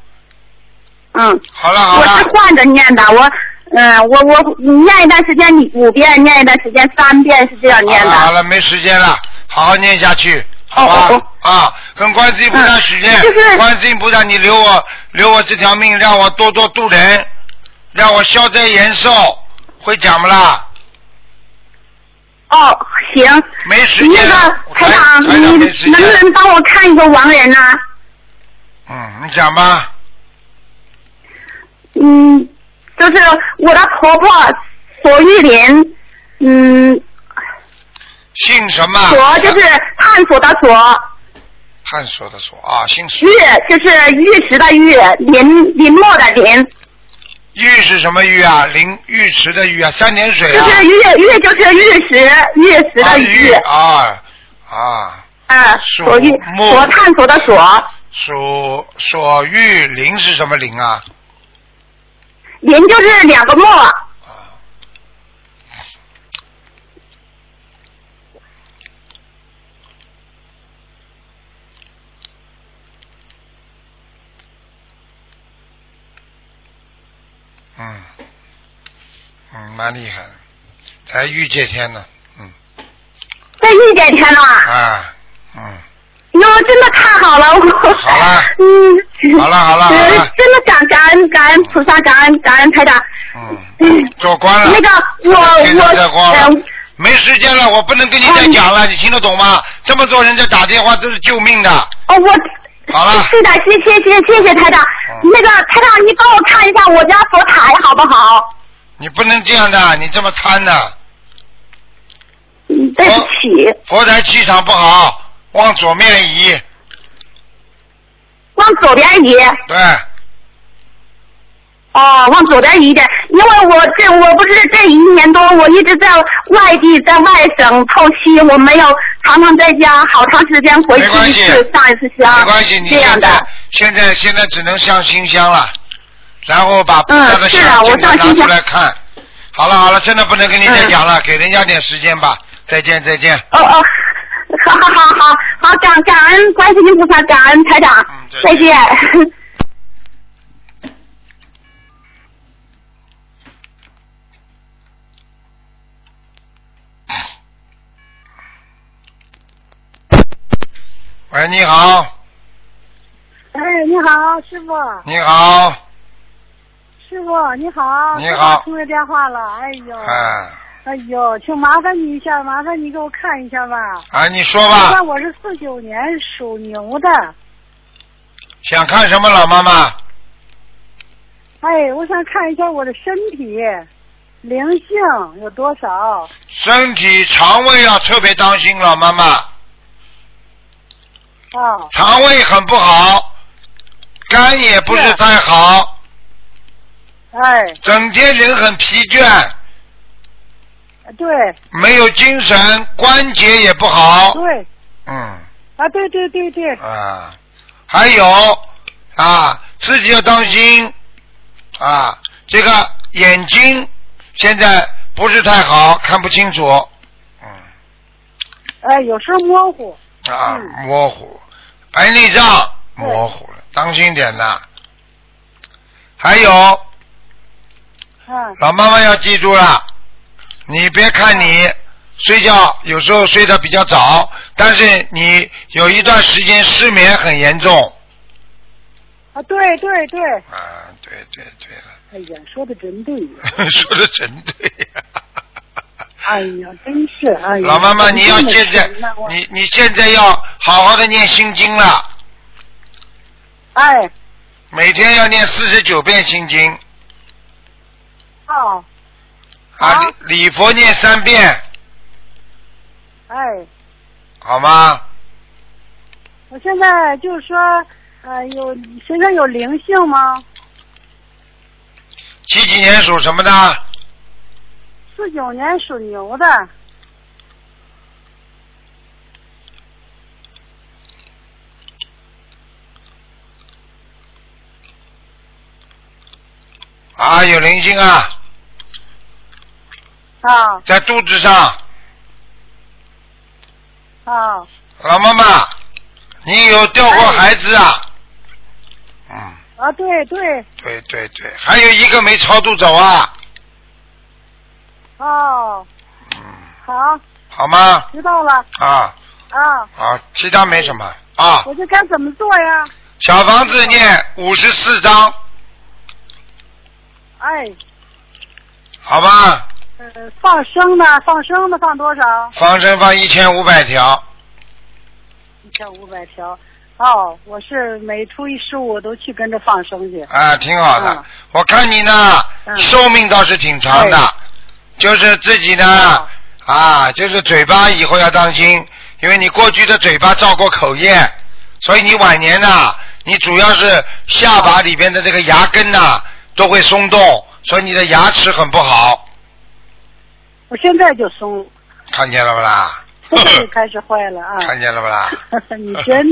Speaker 7: 嗯，
Speaker 1: 好了好
Speaker 7: 我是
Speaker 1: 了，
Speaker 7: 换着念的，我嗯我我念一段时间你五遍，念一段时间三遍是这样念
Speaker 1: 好
Speaker 7: 的。
Speaker 1: 了啊好了，没时间了，好好念下去，好吧？
Speaker 7: 哦哦
Speaker 1: 啊，跟观世音菩萨许愿，
Speaker 7: 嗯就是
Speaker 1: 观世音菩萨，你留我留我这条命，让我多多度人，让我消灾延寿，会讲不啦？
Speaker 7: 哦，行。
Speaker 1: 没时
Speaker 7: 那
Speaker 1: 间
Speaker 7: 个
Speaker 1: 了，我
Speaker 7: 台长，
Speaker 1: 台长
Speaker 7: 你
Speaker 1: 没时
Speaker 7: 能
Speaker 1: 间
Speaker 7: 不能帮我看一个亡人呢、
Speaker 1: 嗯，你讲吧。
Speaker 7: 嗯，就是我的婆婆索玉林，嗯，
Speaker 1: 姓什么？
Speaker 7: 索就是探索的索，
Speaker 1: 探索的索啊，姓
Speaker 7: 玉
Speaker 1: 索。
Speaker 7: 就是玉石的玉，林林墨的林，
Speaker 1: 玉是什么玉啊？淋浴池的浴啊，三点水
Speaker 7: 就
Speaker 1: 啊。
Speaker 7: 是玉玉就是玉石玉石
Speaker 1: 啊
Speaker 7: 的
Speaker 1: 玉
Speaker 7: 玉，
Speaker 1: 啊啊，
Speaker 7: 啊，
Speaker 1: 属
Speaker 7: 索玉
Speaker 1: 木
Speaker 7: 索探索的索，
Speaker 1: 属索玉林是什么林啊？
Speaker 7: 林就是两个墨，
Speaker 1: 啊，嗯，嗯，蛮厉害的，才玉界天呢，嗯，
Speaker 7: 这一点天了。
Speaker 1: 啊，嗯。
Speaker 7: 哟，真的太好了，我
Speaker 1: 好了
Speaker 7: 嗯，
Speaker 1: 好了好了好
Speaker 7: 呃
Speaker 1: 了
Speaker 7: 真的感感恩感恩菩萨，感恩感恩台长。
Speaker 1: 嗯，做官了。
Speaker 7: 那个我呃
Speaker 1: 现在在光了
Speaker 7: 我，
Speaker 1: 没时间了，我不能跟
Speaker 7: 啊
Speaker 1: 你再讲了，你听得懂吗？这么多人在打电话，这是救命的。
Speaker 7: 呃，哦我。
Speaker 1: 好了
Speaker 7: 是的，谢谢谢谢谢谢台长。
Speaker 1: 嗯
Speaker 7: 那个台长，你帮我看一下我家佛台好不好？
Speaker 1: 你不能这样的，你这么贪的，
Speaker 7: 嗯，对不起，
Speaker 1: 佛台气场不好，往左面移，
Speaker 7: 往左边移。
Speaker 1: 对，
Speaker 7: 哦，往左边移一点，因为我这我不是这一年多，我一直在外地，在外省透析，我没有常常在家好长时间回
Speaker 1: 没关
Speaker 7: 去一
Speaker 1: 系
Speaker 7: 次，上一次香，
Speaker 1: 没关系，你
Speaker 7: 啊这样
Speaker 1: 现
Speaker 7: 的。
Speaker 1: 在现在现在只能上新香了，然后把菩萨的
Speaker 7: 嗯是啊
Speaker 1: 像
Speaker 7: 我
Speaker 1: 经常
Speaker 7: 上
Speaker 1: 拿
Speaker 7: 新
Speaker 1: 出
Speaker 7: 香
Speaker 1: 来看。好了好了，真的不能跟你再
Speaker 7: 嗯
Speaker 1: 讲了，给人家点时间吧。再见再见，
Speaker 7: 哦哦，好好好好好，感感恩观世音菩萨，感恩台长
Speaker 1: 嗯，再
Speaker 7: 再
Speaker 1: 见
Speaker 7: 见。
Speaker 1: 喂，你好，
Speaker 7: 哎，你好，师傅，
Speaker 1: 你好，
Speaker 7: 师傅你好，
Speaker 1: 你好
Speaker 7: 通了电话了，哎呦，
Speaker 1: 哎，
Speaker 7: 哎呦，请麻烦你一下，麻烦你给我看一下吧。
Speaker 1: 啊，你说吧，
Speaker 7: 我是四九年属牛的，
Speaker 1: 想看什么，老妈妈？
Speaker 7: 哎，我想看一下我的身体灵性有多少。
Speaker 1: 身体肠胃要特别当心，老妈妈，
Speaker 7: 啊，
Speaker 1: 肠胃很不好，肝也不是
Speaker 7: 是
Speaker 1: 太好，
Speaker 7: 哎，
Speaker 1: 整天人很疲倦，
Speaker 7: 对
Speaker 1: 没有精神，关节也不好，
Speaker 7: 对，
Speaker 1: 嗯。
Speaker 7: 啊，对对对对，
Speaker 1: 啊，还有啊，自己要当心啊，这个眼睛现在不是太好，看不清楚，嗯
Speaker 7: 哎，有时候模糊。
Speaker 1: 啊，
Speaker 7: 嗯
Speaker 1: 模糊，白内障模糊了，当心点呐。还有，
Speaker 7: 嗯，
Speaker 1: 老妈妈要记住了，你别看你睡觉有时候睡得比较早，但是你有一段时间失眠很严重。
Speaker 7: 啊，对对对，
Speaker 1: 啊，对对对了。
Speaker 7: 哎呀，说的真对，
Speaker 1: 说的真对、
Speaker 7: 哎呀，真是，哎呀，
Speaker 1: 老妈妈，
Speaker 7: 怎么
Speaker 1: 你要
Speaker 7: 这么
Speaker 1: 现在
Speaker 7: 神呢我，
Speaker 1: 你你现在要好好的念心经了，
Speaker 7: 哎，
Speaker 1: 每天要念四十九遍心经
Speaker 7: 哦，
Speaker 1: 啊
Speaker 7: 好，
Speaker 1: 礼礼佛念三遍，
Speaker 7: 哎，
Speaker 1: 好吗？
Speaker 7: 我现在就是说，呃，有身上有灵性吗？
Speaker 1: 几几年属什么的？
Speaker 7: 四九年属牛的，
Speaker 1: 啊，有灵性啊，
Speaker 7: 啊
Speaker 1: 在肚子上。
Speaker 7: 啊，哎
Speaker 1: 老妈妈，你有掉过孩子啊？嗯，
Speaker 7: 啊，对对，
Speaker 1: 对对对，还有一个没超度走啊。
Speaker 7: 哦，
Speaker 1: 嗯，
Speaker 7: 好，
Speaker 1: 好吗？
Speaker 7: 知道了，
Speaker 1: 啊
Speaker 7: 啊，
Speaker 1: 啊，其他没什么啊。
Speaker 7: 我这该怎么做呀？
Speaker 1: 小房子念五十四章，
Speaker 7: 哎，
Speaker 1: 好吧？
Speaker 7: 呃，放生呢？放生的放多少？
Speaker 1: 放生放一千五百条，
Speaker 7: 一千五百条。哦，我是每初一十五都去跟着放生去。
Speaker 1: 啊，挺好的。
Speaker 7: 嗯
Speaker 1: 我看你呢，
Speaker 7: 嗯
Speaker 1: 寿命倒是挺长的，就是自己呢，
Speaker 7: 嗯
Speaker 1: 啊，就是嘴巴以后要当心，因为你过去的嘴巴造过口业，所以你晚年呐，你主要是下巴里边的这个牙根呐都会松动，所以你的牙齿很不好，
Speaker 7: 我现在就松了，
Speaker 1: 看见了不 啦？
Speaker 7: 现
Speaker 1: 嗯
Speaker 7: 在就开始坏了啊！
Speaker 1: 看见了不啦？
Speaker 7: 你真，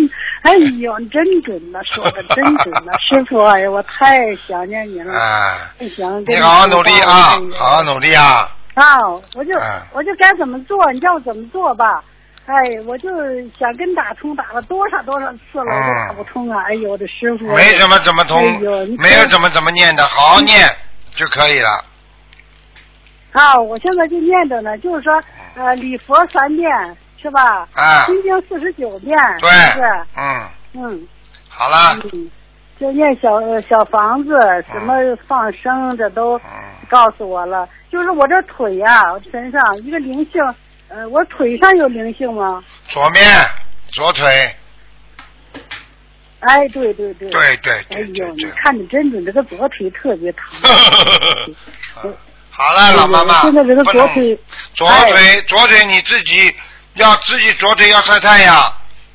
Speaker 7: 哎呦，你真准呐，说的真准呐，师傅，哎呀，我太想念您了，
Speaker 1: 啊。
Speaker 7: 太想跟
Speaker 1: 你好好努力啊，
Speaker 7: 说
Speaker 1: 好
Speaker 7: 话
Speaker 1: 好
Speaker 7: 了
Speaker 1: 努力啊！
Speaker 7: 哎呦啊，我就
Speaker 1: 嗯
Speaker 7: 我就该怎么做，你叫我怎么做吧。哎，我就想跟打通，打了多少多少次了，我都打不通啊！哎呦，我的师傅，
Speaker 1: 嗯没什么怎么
Speaker 7: 哎
Speaker 1: 通
Speaker 7: 呦你，
Speaker 1: 没有
Speaker 7: 真
Speaker 1: 怎么怎么念的，好好念就可以了。
Speaker 7: 啊，我现在就念着呢，就是说，呃，礼佛三遍是吧？
Speaker 1: 啊
Speaker 7: 心经四十九遍，
Speaker 1: 对啊
Speaker 7: 是不是？，
Speaker 1: 嗯，
Speaker 7: 嗯
Speaker 1: 好了，
Speaker 7: 嗯，就念小呃小房子，什么放生这都
Speaker 1: 嗯
Speaker 7: 告诉我了。就是我这腿呀、我身上一个灵性，呃，我腿上有灵性吗？
Speaker 1: 左面左腿，
Speaker 7: 哎，对对
Speaker 1: 对
Speaker 7: 对。
Speaker 1: 对
Speaker 7: 哎
Speaker 1: 对
Speaker 7: 呦
Speaker 1: 对，
Speaker 7: 你
Speaker 1: 对。
Speaker 7: 看的真准，这个左腿特别 疼。
Speaker 1: 嗯 好了，老妈妈，
Speaker 7: 哎现在这个
Speaker 1: 不
Speaker 7: 左
Speaker 1: 能
Speaker 7: 腿，哎
Speaker 1: 左腿左腿你自己要自己左腿要晒太阳，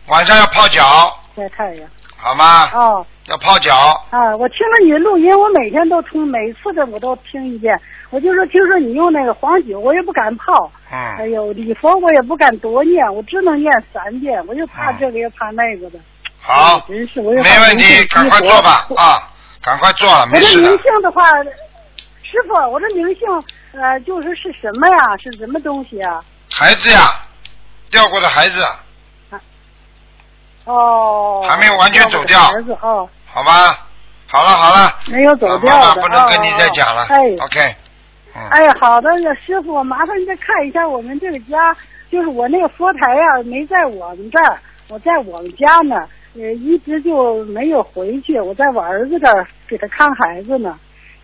Speaker 1: 晚上要泡脚，
Speaker 7: 晒太阳。
Speaker 1: 好吗？
Speaker 7: 哦，
Speaker 1: 要泡脚，
Speaker 7: 啊，我听了你的录音，我每天都听，每次的我都听一遍。我就说，听说你用那个黄酒，我也不敢泡。哎
Speaker 1: 嗯，
Speaker 7: 呦，礼佛我也不敢多念，我只能念三遍，我就怕这个，又怕那个的。
Speaker 1: 啊
Speaker 7: 哎
Speaker 1: 好，
Speaker 7: 真是我又怕
Speaker 1: 没问
Speaker 7: 灵
Speaker 1: 题，
Speaker 7: 性
Speaker 1: 赶快
Speaker 7: 激活
Speaker 1: 做吧啊，赶快做了，
Speaker 7: 我
Speaker 1: 没
Speaker 7: 这
Speaker 1: 事
Speaker 7: 灵
Speaker 1: 的。
Speaker 7: 性的话，师傅，我这灵性呃，就是是什么呀？是什么东西啊？
Speaker 1: 孩子呀，掉过的孩子，
Speaker 7: 哦，
Speaker 1: 还没有完全走掉
Speaker 7: 孩子哦，
Speaker 1: 好吧？好了好了，
Speaker 7: 没有走
Speaker 1: 老
Speaker 7: 掉
Speaker 1: 妈啊妈
Speaker 7: 的。
Speaker 1: 不能跟你再讲了。
Speaker 7: 哦哦哦哎，
Speaker 1: OK，嗯，
Speaker 7: 哎，好的，师傅，麻烦你再看一下我们这个家，就是我那个佛台呀、没在我们这儿，我在我们家呢，呃，一直就没有回去，我在我儿子这儿给他看孩子呢。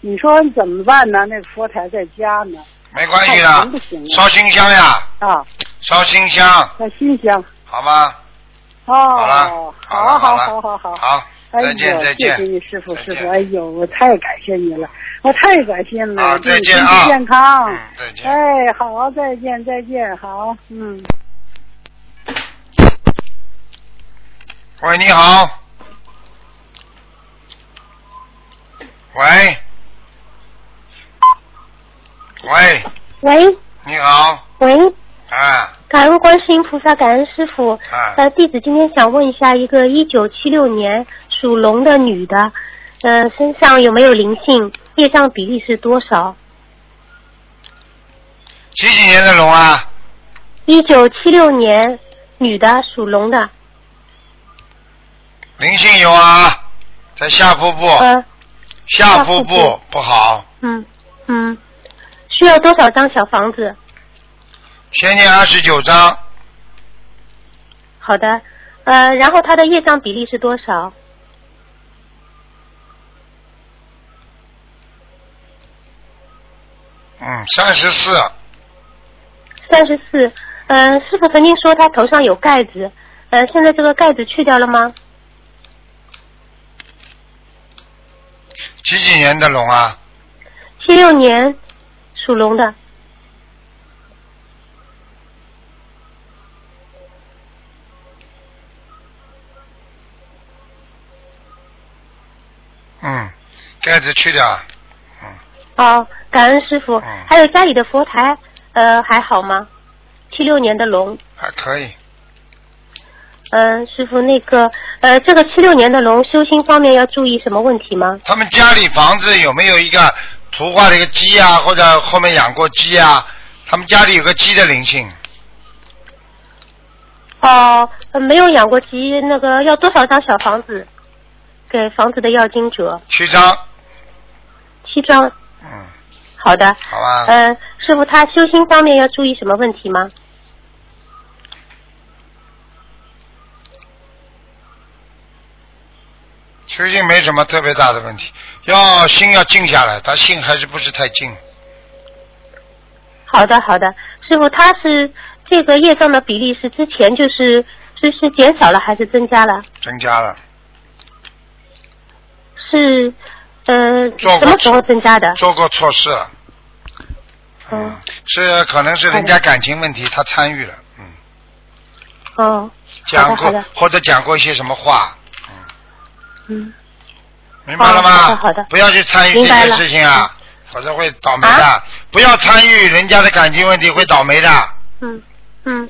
Speaker 7: 你说怎么办呢？那佛台在家呢，
Speaker 1: 没关系
Speaker 7: 太
Speaker 1: 的
Speaker 7: 长不行了，
Speaker 1: 烧新香呀，
Speaker 7: 啊，
Speaker 1: 烧新香，
Speaker 7: 在新乡。
Speaker 1: 好吗？
Speaker 7: 哦，
Speaker 1: 好了，好了，
Speaker 7: 好好
Speaker 1: 了，
Speaker 7: 好好好
Speaker 1: 好，
Speaker 7: 哎呦
Speaker 1: 再见，再见
Speaker 7: 谢谢，你师傅，
Speaker 1: 再
Speaker 7: 师
Speaker 1: 见
Speaker 7: 傅，哎呦，我太感谢你了，我太感谢了，
Speaker 1: 啊
Speaker 7: 祝你
Speaker 1: 再见
Speaker 7: 身
Speaker 1: 啊
Speaker 7: 体健康，
Speaker 1: 嗯，再见。
Speaker 7: 哎，好，再见，再见，好，嗯。
Speaker 1: 喂，你好。喂。喂，
Speaker 6: 喂
Speaker 1: 你好，
Speaker 6: 喂，
Speaker 1: 啊
Speaker 6: 感恩观世音菩萨，感恩师傅。
Speaker 1: 啊，
Speaker 6: 呃，弟子今天想问一下，一个一九七六年属龙的女的，呃，身上有没有灵性？业障比例是多少？
Speaker 1: 几几年的龙啊？
Speaker 6: 一九七六年女的属龙的，
Speaker 1: 灵性有啊，在下腹部，
Speaker 6: 呃，
Speaker 1: 下
Speaker 6: 下
Speaker 1: 腹
Speaker 6: 腹
Speaker 1: 部不好，
Speaker 6: 嗯嗯，需要多少张小房子？
Speaker 1: 先念二十九章，
Speaker 6: 好的，呃，然后她的业障比例是多少？
Speaker 1: 嗯，三十四，
Speaker 6: 三十四。呃，师傅曾经说她头上有盖子，呃，现在这个盖子去掉了吗？
Speaker 1: 几几年的龙啊？
Speaker 6: 七六年属龙的，
Speaker 1: 嗯，盖子去掉了，嗯，
Speaker 6: 哦，感恩师傅。
Speaker 1: 嗯
Speaker 6: 还有家里的佛台，呃，还好吗？七六年的龙，
Speaker 1: 还可以，
Speaker 6: 嗯、师傅那个，呃，这个七六年的龙修心方面要注意什么问题吗？
Speaker 1: 他们家里房子有没有一个图画的一个鸡啊，或者后面养过鸡啊？他们家里有个鸡的灵性，
Speaker 6: 哦、呃没有养过鸡，那个要多少张小房子？给房子的要经者
Speaker 1: 七张，
Speaker 6: 七张，
Speaker 1: 嗯，
Speaker 6: 好的。
Speaker 1: 好吧，
Speaker 6: 呃，师傅他修心方面要注意什么问题吗？
Speaker 1: 最近没什么特别大的问题，要心要静下来，他心还是不是太静，
Speaker 6: 好的，好的，师傅，他是这个业障的比例是之前就是是是减少了还是增加了？
Speaker 1: 增加了，
Speaker 6: 是呃
Speaker 1: 做过
Speaker 6: 什么时候增加的？
Speaker 1: 做过错事
Speaker 6: 哦
Speaker 1: 了，
Speaker 6: 嗯，
Speaker 1: 是可能是人家感情问题，他参与了，嗯，
Speaker 6: 哦，
Speaker 1: 讲
Speaker 6: 好
Speaker 1: 过
Speaker 6: 的好的
Speaker 1: 或者讲过一些什么话，
Speaker 6: 嗯，
Speaker 1: 明白了吗？
Speaker 6: 好的好的
Speaker 1: 不要去参与这
Speaker 6: 明白
Speaker 1: 些
Speaker 6: 了
Speaker 1: 事情啊，否则会倒霉的。
Speaker 6: 啊
Speaker 1: 不要参与人家的感情问题，会倒霉的。
Speaker 6: 嗯嗯，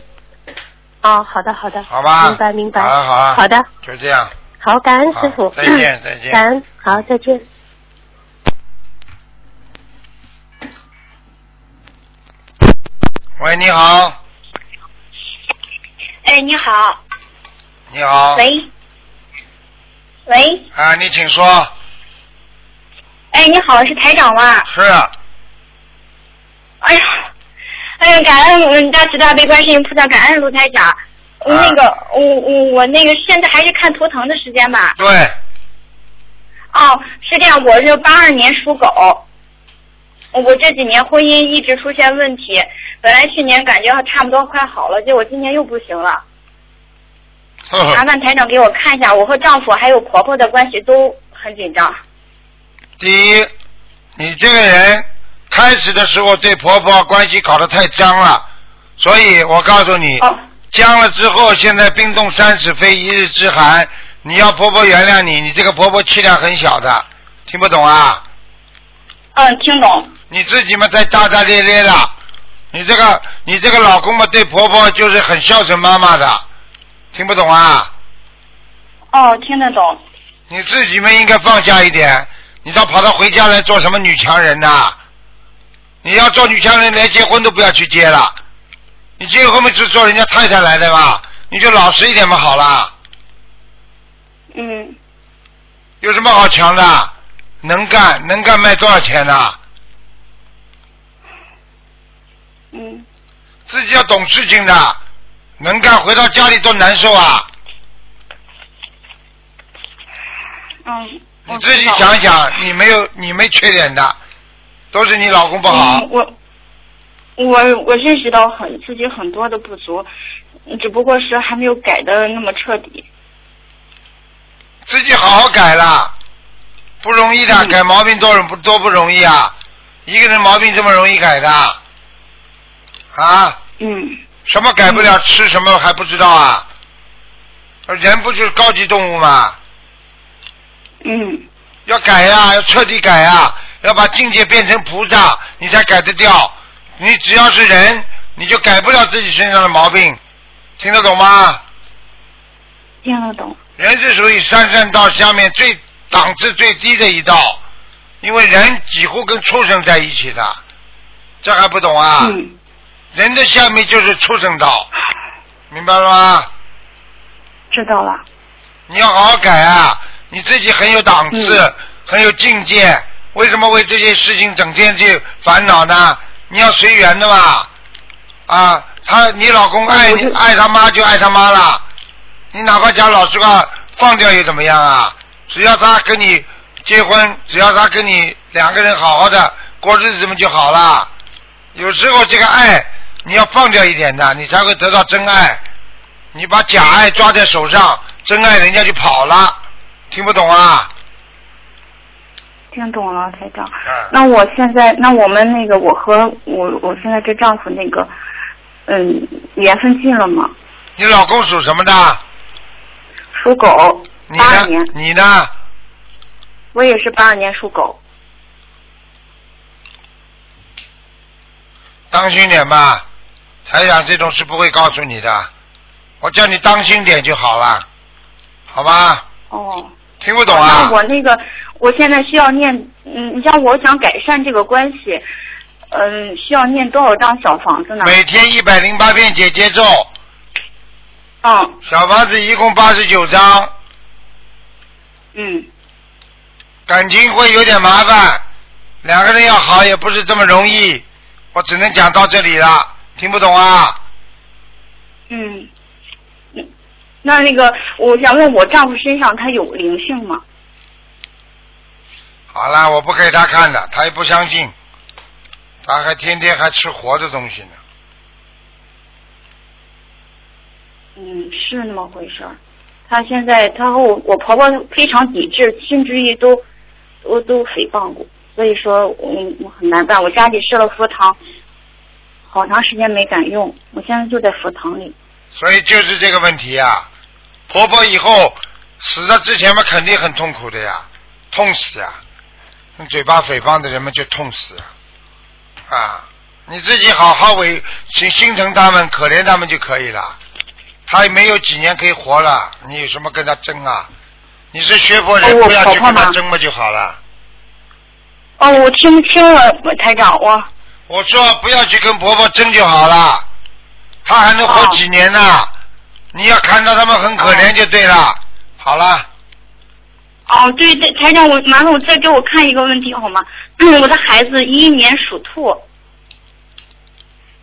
Speaker 6: 哦，好的好的，
Speaker 1: 好吧
Speaker 6: 明白明白，
Speaker 1: 好啊好啊
Speaker 6: 的，
Speaker 1: 就这样，
Speaker 6: 好，感恩师
Speaker 1: 好
Speaker 6: 傅，
Speaker 1: 再见再见
Speaker 6: 感恩，好，再见。
Speaker 1: 喂，你好，
Speaker 2: 哎，你好，
Speaker 1: 你好，
Speaker 2: 喂，喂，
Speaker 1: 啊，你请说，
Speaker 2: 哎，你好，是台长吗？
Speaker 1: 是，
Speaker 2: 哎呀，哎呀，感恩嗯大慈大悲观世音菩萨，感恩卢台长。那个，我我我那个现在还是看图腾的时间吧。
Speaker 1: 对，
Speaker 2: 哦，是这样，我是八二年属狗，我这几年婚姻一直出现问题，本来去年感觉差不多快好了，结果今年又不行了。
Speaker 1: 呵呵
Speaker 2: 麻烦台长给我看一下，我和丈夫还有婆婆的关系都很紧张。
Speaker 1: 第一，你这个人开始的时候对婆婆关系搞得太脏了，所以我告诉你，
Speaker 2: 哦，
Speaker 1: 僵了之后，现在冰冻三尺非一日之寒，你要婆婆原谅你，你这个婆婆气量很小的，听不懂啊？
Speaker 2: 嗯，听懂。
Speaker 1: 你自己嘛在大大咧咧了，你这个你这个老公嘛对婆婆就是很孝顺妈妈的，听不懂啊？
Speaker 2: 哦，听得懂。
Speaker 1: 你自己们应该放下一点，你倒跑到回家来做什么女强人呐、你要做女强人，连结婚都不要去结了，你今后面是做人家太太来的吧？你就老实一点嘛，好了。
Speaker 2: 嗯，
Speaker 1: 有什么好强的？能干，能干卖多少钱呢、
Speaker 2: 嗯，
Speaker 1: 自己要懂事情的，能干回到家里多难受啊！
Speaker 8: 嗯，
Speaker 1: 你自己想想，你没有你没缺点的，都是你老公不好。
Speaker 8: 嗯我我我认识到很自己很多的不足，只不过是还没有改的那么彻底。
Speaker 1: 自己好好改啦，不容易的，改毛病多不多不容易啊！一个人毛病这么容易改的啊？
Speaker 8: 嗯。
Speaker 1: 什么改不了，吃什么还不知道啊？人不就是高级动物嘛？
Speaker 8: 嗯。
Speaker 1: 要改呀、要彻底改呀、要把境界变成菩萨，你才改得掉。你只要是人，你就改不了自己身上的毛病，听得懂吗？
Speaker 8: 听得懂。
Speaker 1: 人是属于三善道下面最档次最低的一道，因为人几乎跟畜生在一起的，这还不懂啊？
Speaker 8: 嗯
Speaker 1: 人的下面就是畜生道，明白了吗？
Speaker 8: 知道了。
Speaker 1: 你要好好改啊！你自己很有档次，
Speaker 8: 嗯
Speaker 1: 很有境界，为什么为这些事情整天去烦恼呢？你要随缘的嘛。啊，他你老公爱
Speaker 8: 嗯
Speaker 1: 你爱他妈就爱他妈了，你哪怕讲老实话，放掉又怎么样啊？只要他跟你结婚，只要他跟你两个人好好的过日子嘛就好了。有时候这个爱你要放掉一点的，你才会得到真爱。你把假爱抓在手上，真爱人家就跑了。听不懂啊？
Speaker 8: 听懂了，台长。
Speaker 1: 嗯
Speaker 8: 那我现在，那我们那个，我和我我现在这丈夫那个，嗯，缘分尽了吗？
Speaker 1: 你老公属什么的？
Speaker 8: 属狗。
Speaker 1: 你呢？你呢？
Speaker 8: 我也是八二年属狗。
Speaker 1: 当心点吧，台长这种事不会告诉你的，我叫你当心点就好了，好吧？
Speaker 8: 哦。
Speaker 1: 听不懂
Speaker 8: 那
Speaker 1: 啊？
Speaker 8: 我那个，呃我现在需要念，嗯，你像我想改善这个关系，嗯，需要念多少张小房子呢？
Speaker 1: 每天一百零八遍解节咒。
Speaker 8: 嗯。
Speaker 1: 小房子一共八十九张。
Speaker 8: 嗯。
Speaker 1: 感情会有点麻烦，两个人要好也不是这么容易，我只能讲到这里了，听不懂啊？
Speaker 8: 嗯，嗯那那个，我想问我丈夫身上他有灵性吗？
Speaker 1: 好了，我不给他看的，他也不相信，他还天天还吃活的东西呢。
Speaker 8: 嗯，是那么回事儿。他现在，他和我我婆婆非常抵制，甚至于都都都诽谤过，所以说我我很难办。我家里设了佛堂，好长时间没敢用，我现在就在佛堂里。
Speaker 1: 所以就是这个问题啊，婆婆以后死了之前嘛，肯定很痛苦的呀，痛死呀，用嘴巴诽谤的人们就痛死啊，啊，你自己好好为心心疼他们，可怜他们就可以了。他也没有几年可以活了，你有什么跟他争啊？你是学佛人，
Speaker 8: 哦我
Speaker 1: 不要
Speaker 8: 婆
Speaker 1: 去
Speaker 8: 婆
Speaker 1: 跟他
Speaker 8: 嘛
Speaker 1: 争嘛就好了。
Speaker 8: 哦，我听清了，台长，我
Speaker 1: 我说不要去跟婆婆争就好了，她还能活几年呢、
Speaker 8: 哦
Speaker 1: 你要看到他们很可怜就对了。好了，
Speaker 8: 哦，对对，台长，我麻烦我再给我看一个问题好吗？嗯，我的孩子一一年属兔，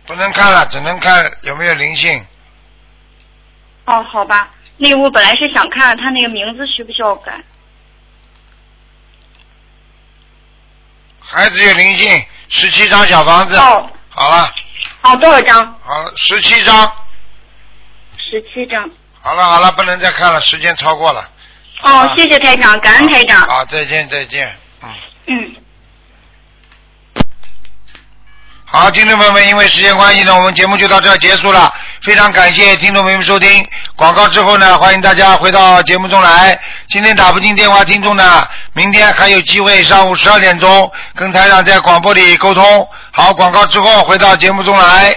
Speaker 1: 不能看了，只能看有没有灵性。
Speaker 8: 哦，好吧，那个我本来是想看看他那个名字需不需要改。
Speaker 1: 孩子有灵性，十七张小房子。
Speaker 8: 哦。
Speaker 1: 好了，
Speaker 8: 哦，多少张？
Speaker 1: 好了，十七张。
Speaker 8: 十七张。
Speaker 1: 好了好了，不能再看了，时间超过了。啊
Speaker 8: 哦，谢谢台长，感恩台长。
Speaker 1: 好，再见再见。
Speaker 8: 嗯，
Speaker 1: 好，听众朋友们，因为时间关系呢，我们节目就到这儿结束了。非常感谢听众朋友们收听广告之后呢，欢迎大家回到节目中来。今天打不进电话，听众呢，明天还有机会上午十二点钟跟台长在广播里沟通。好，广告之后回到节目中来。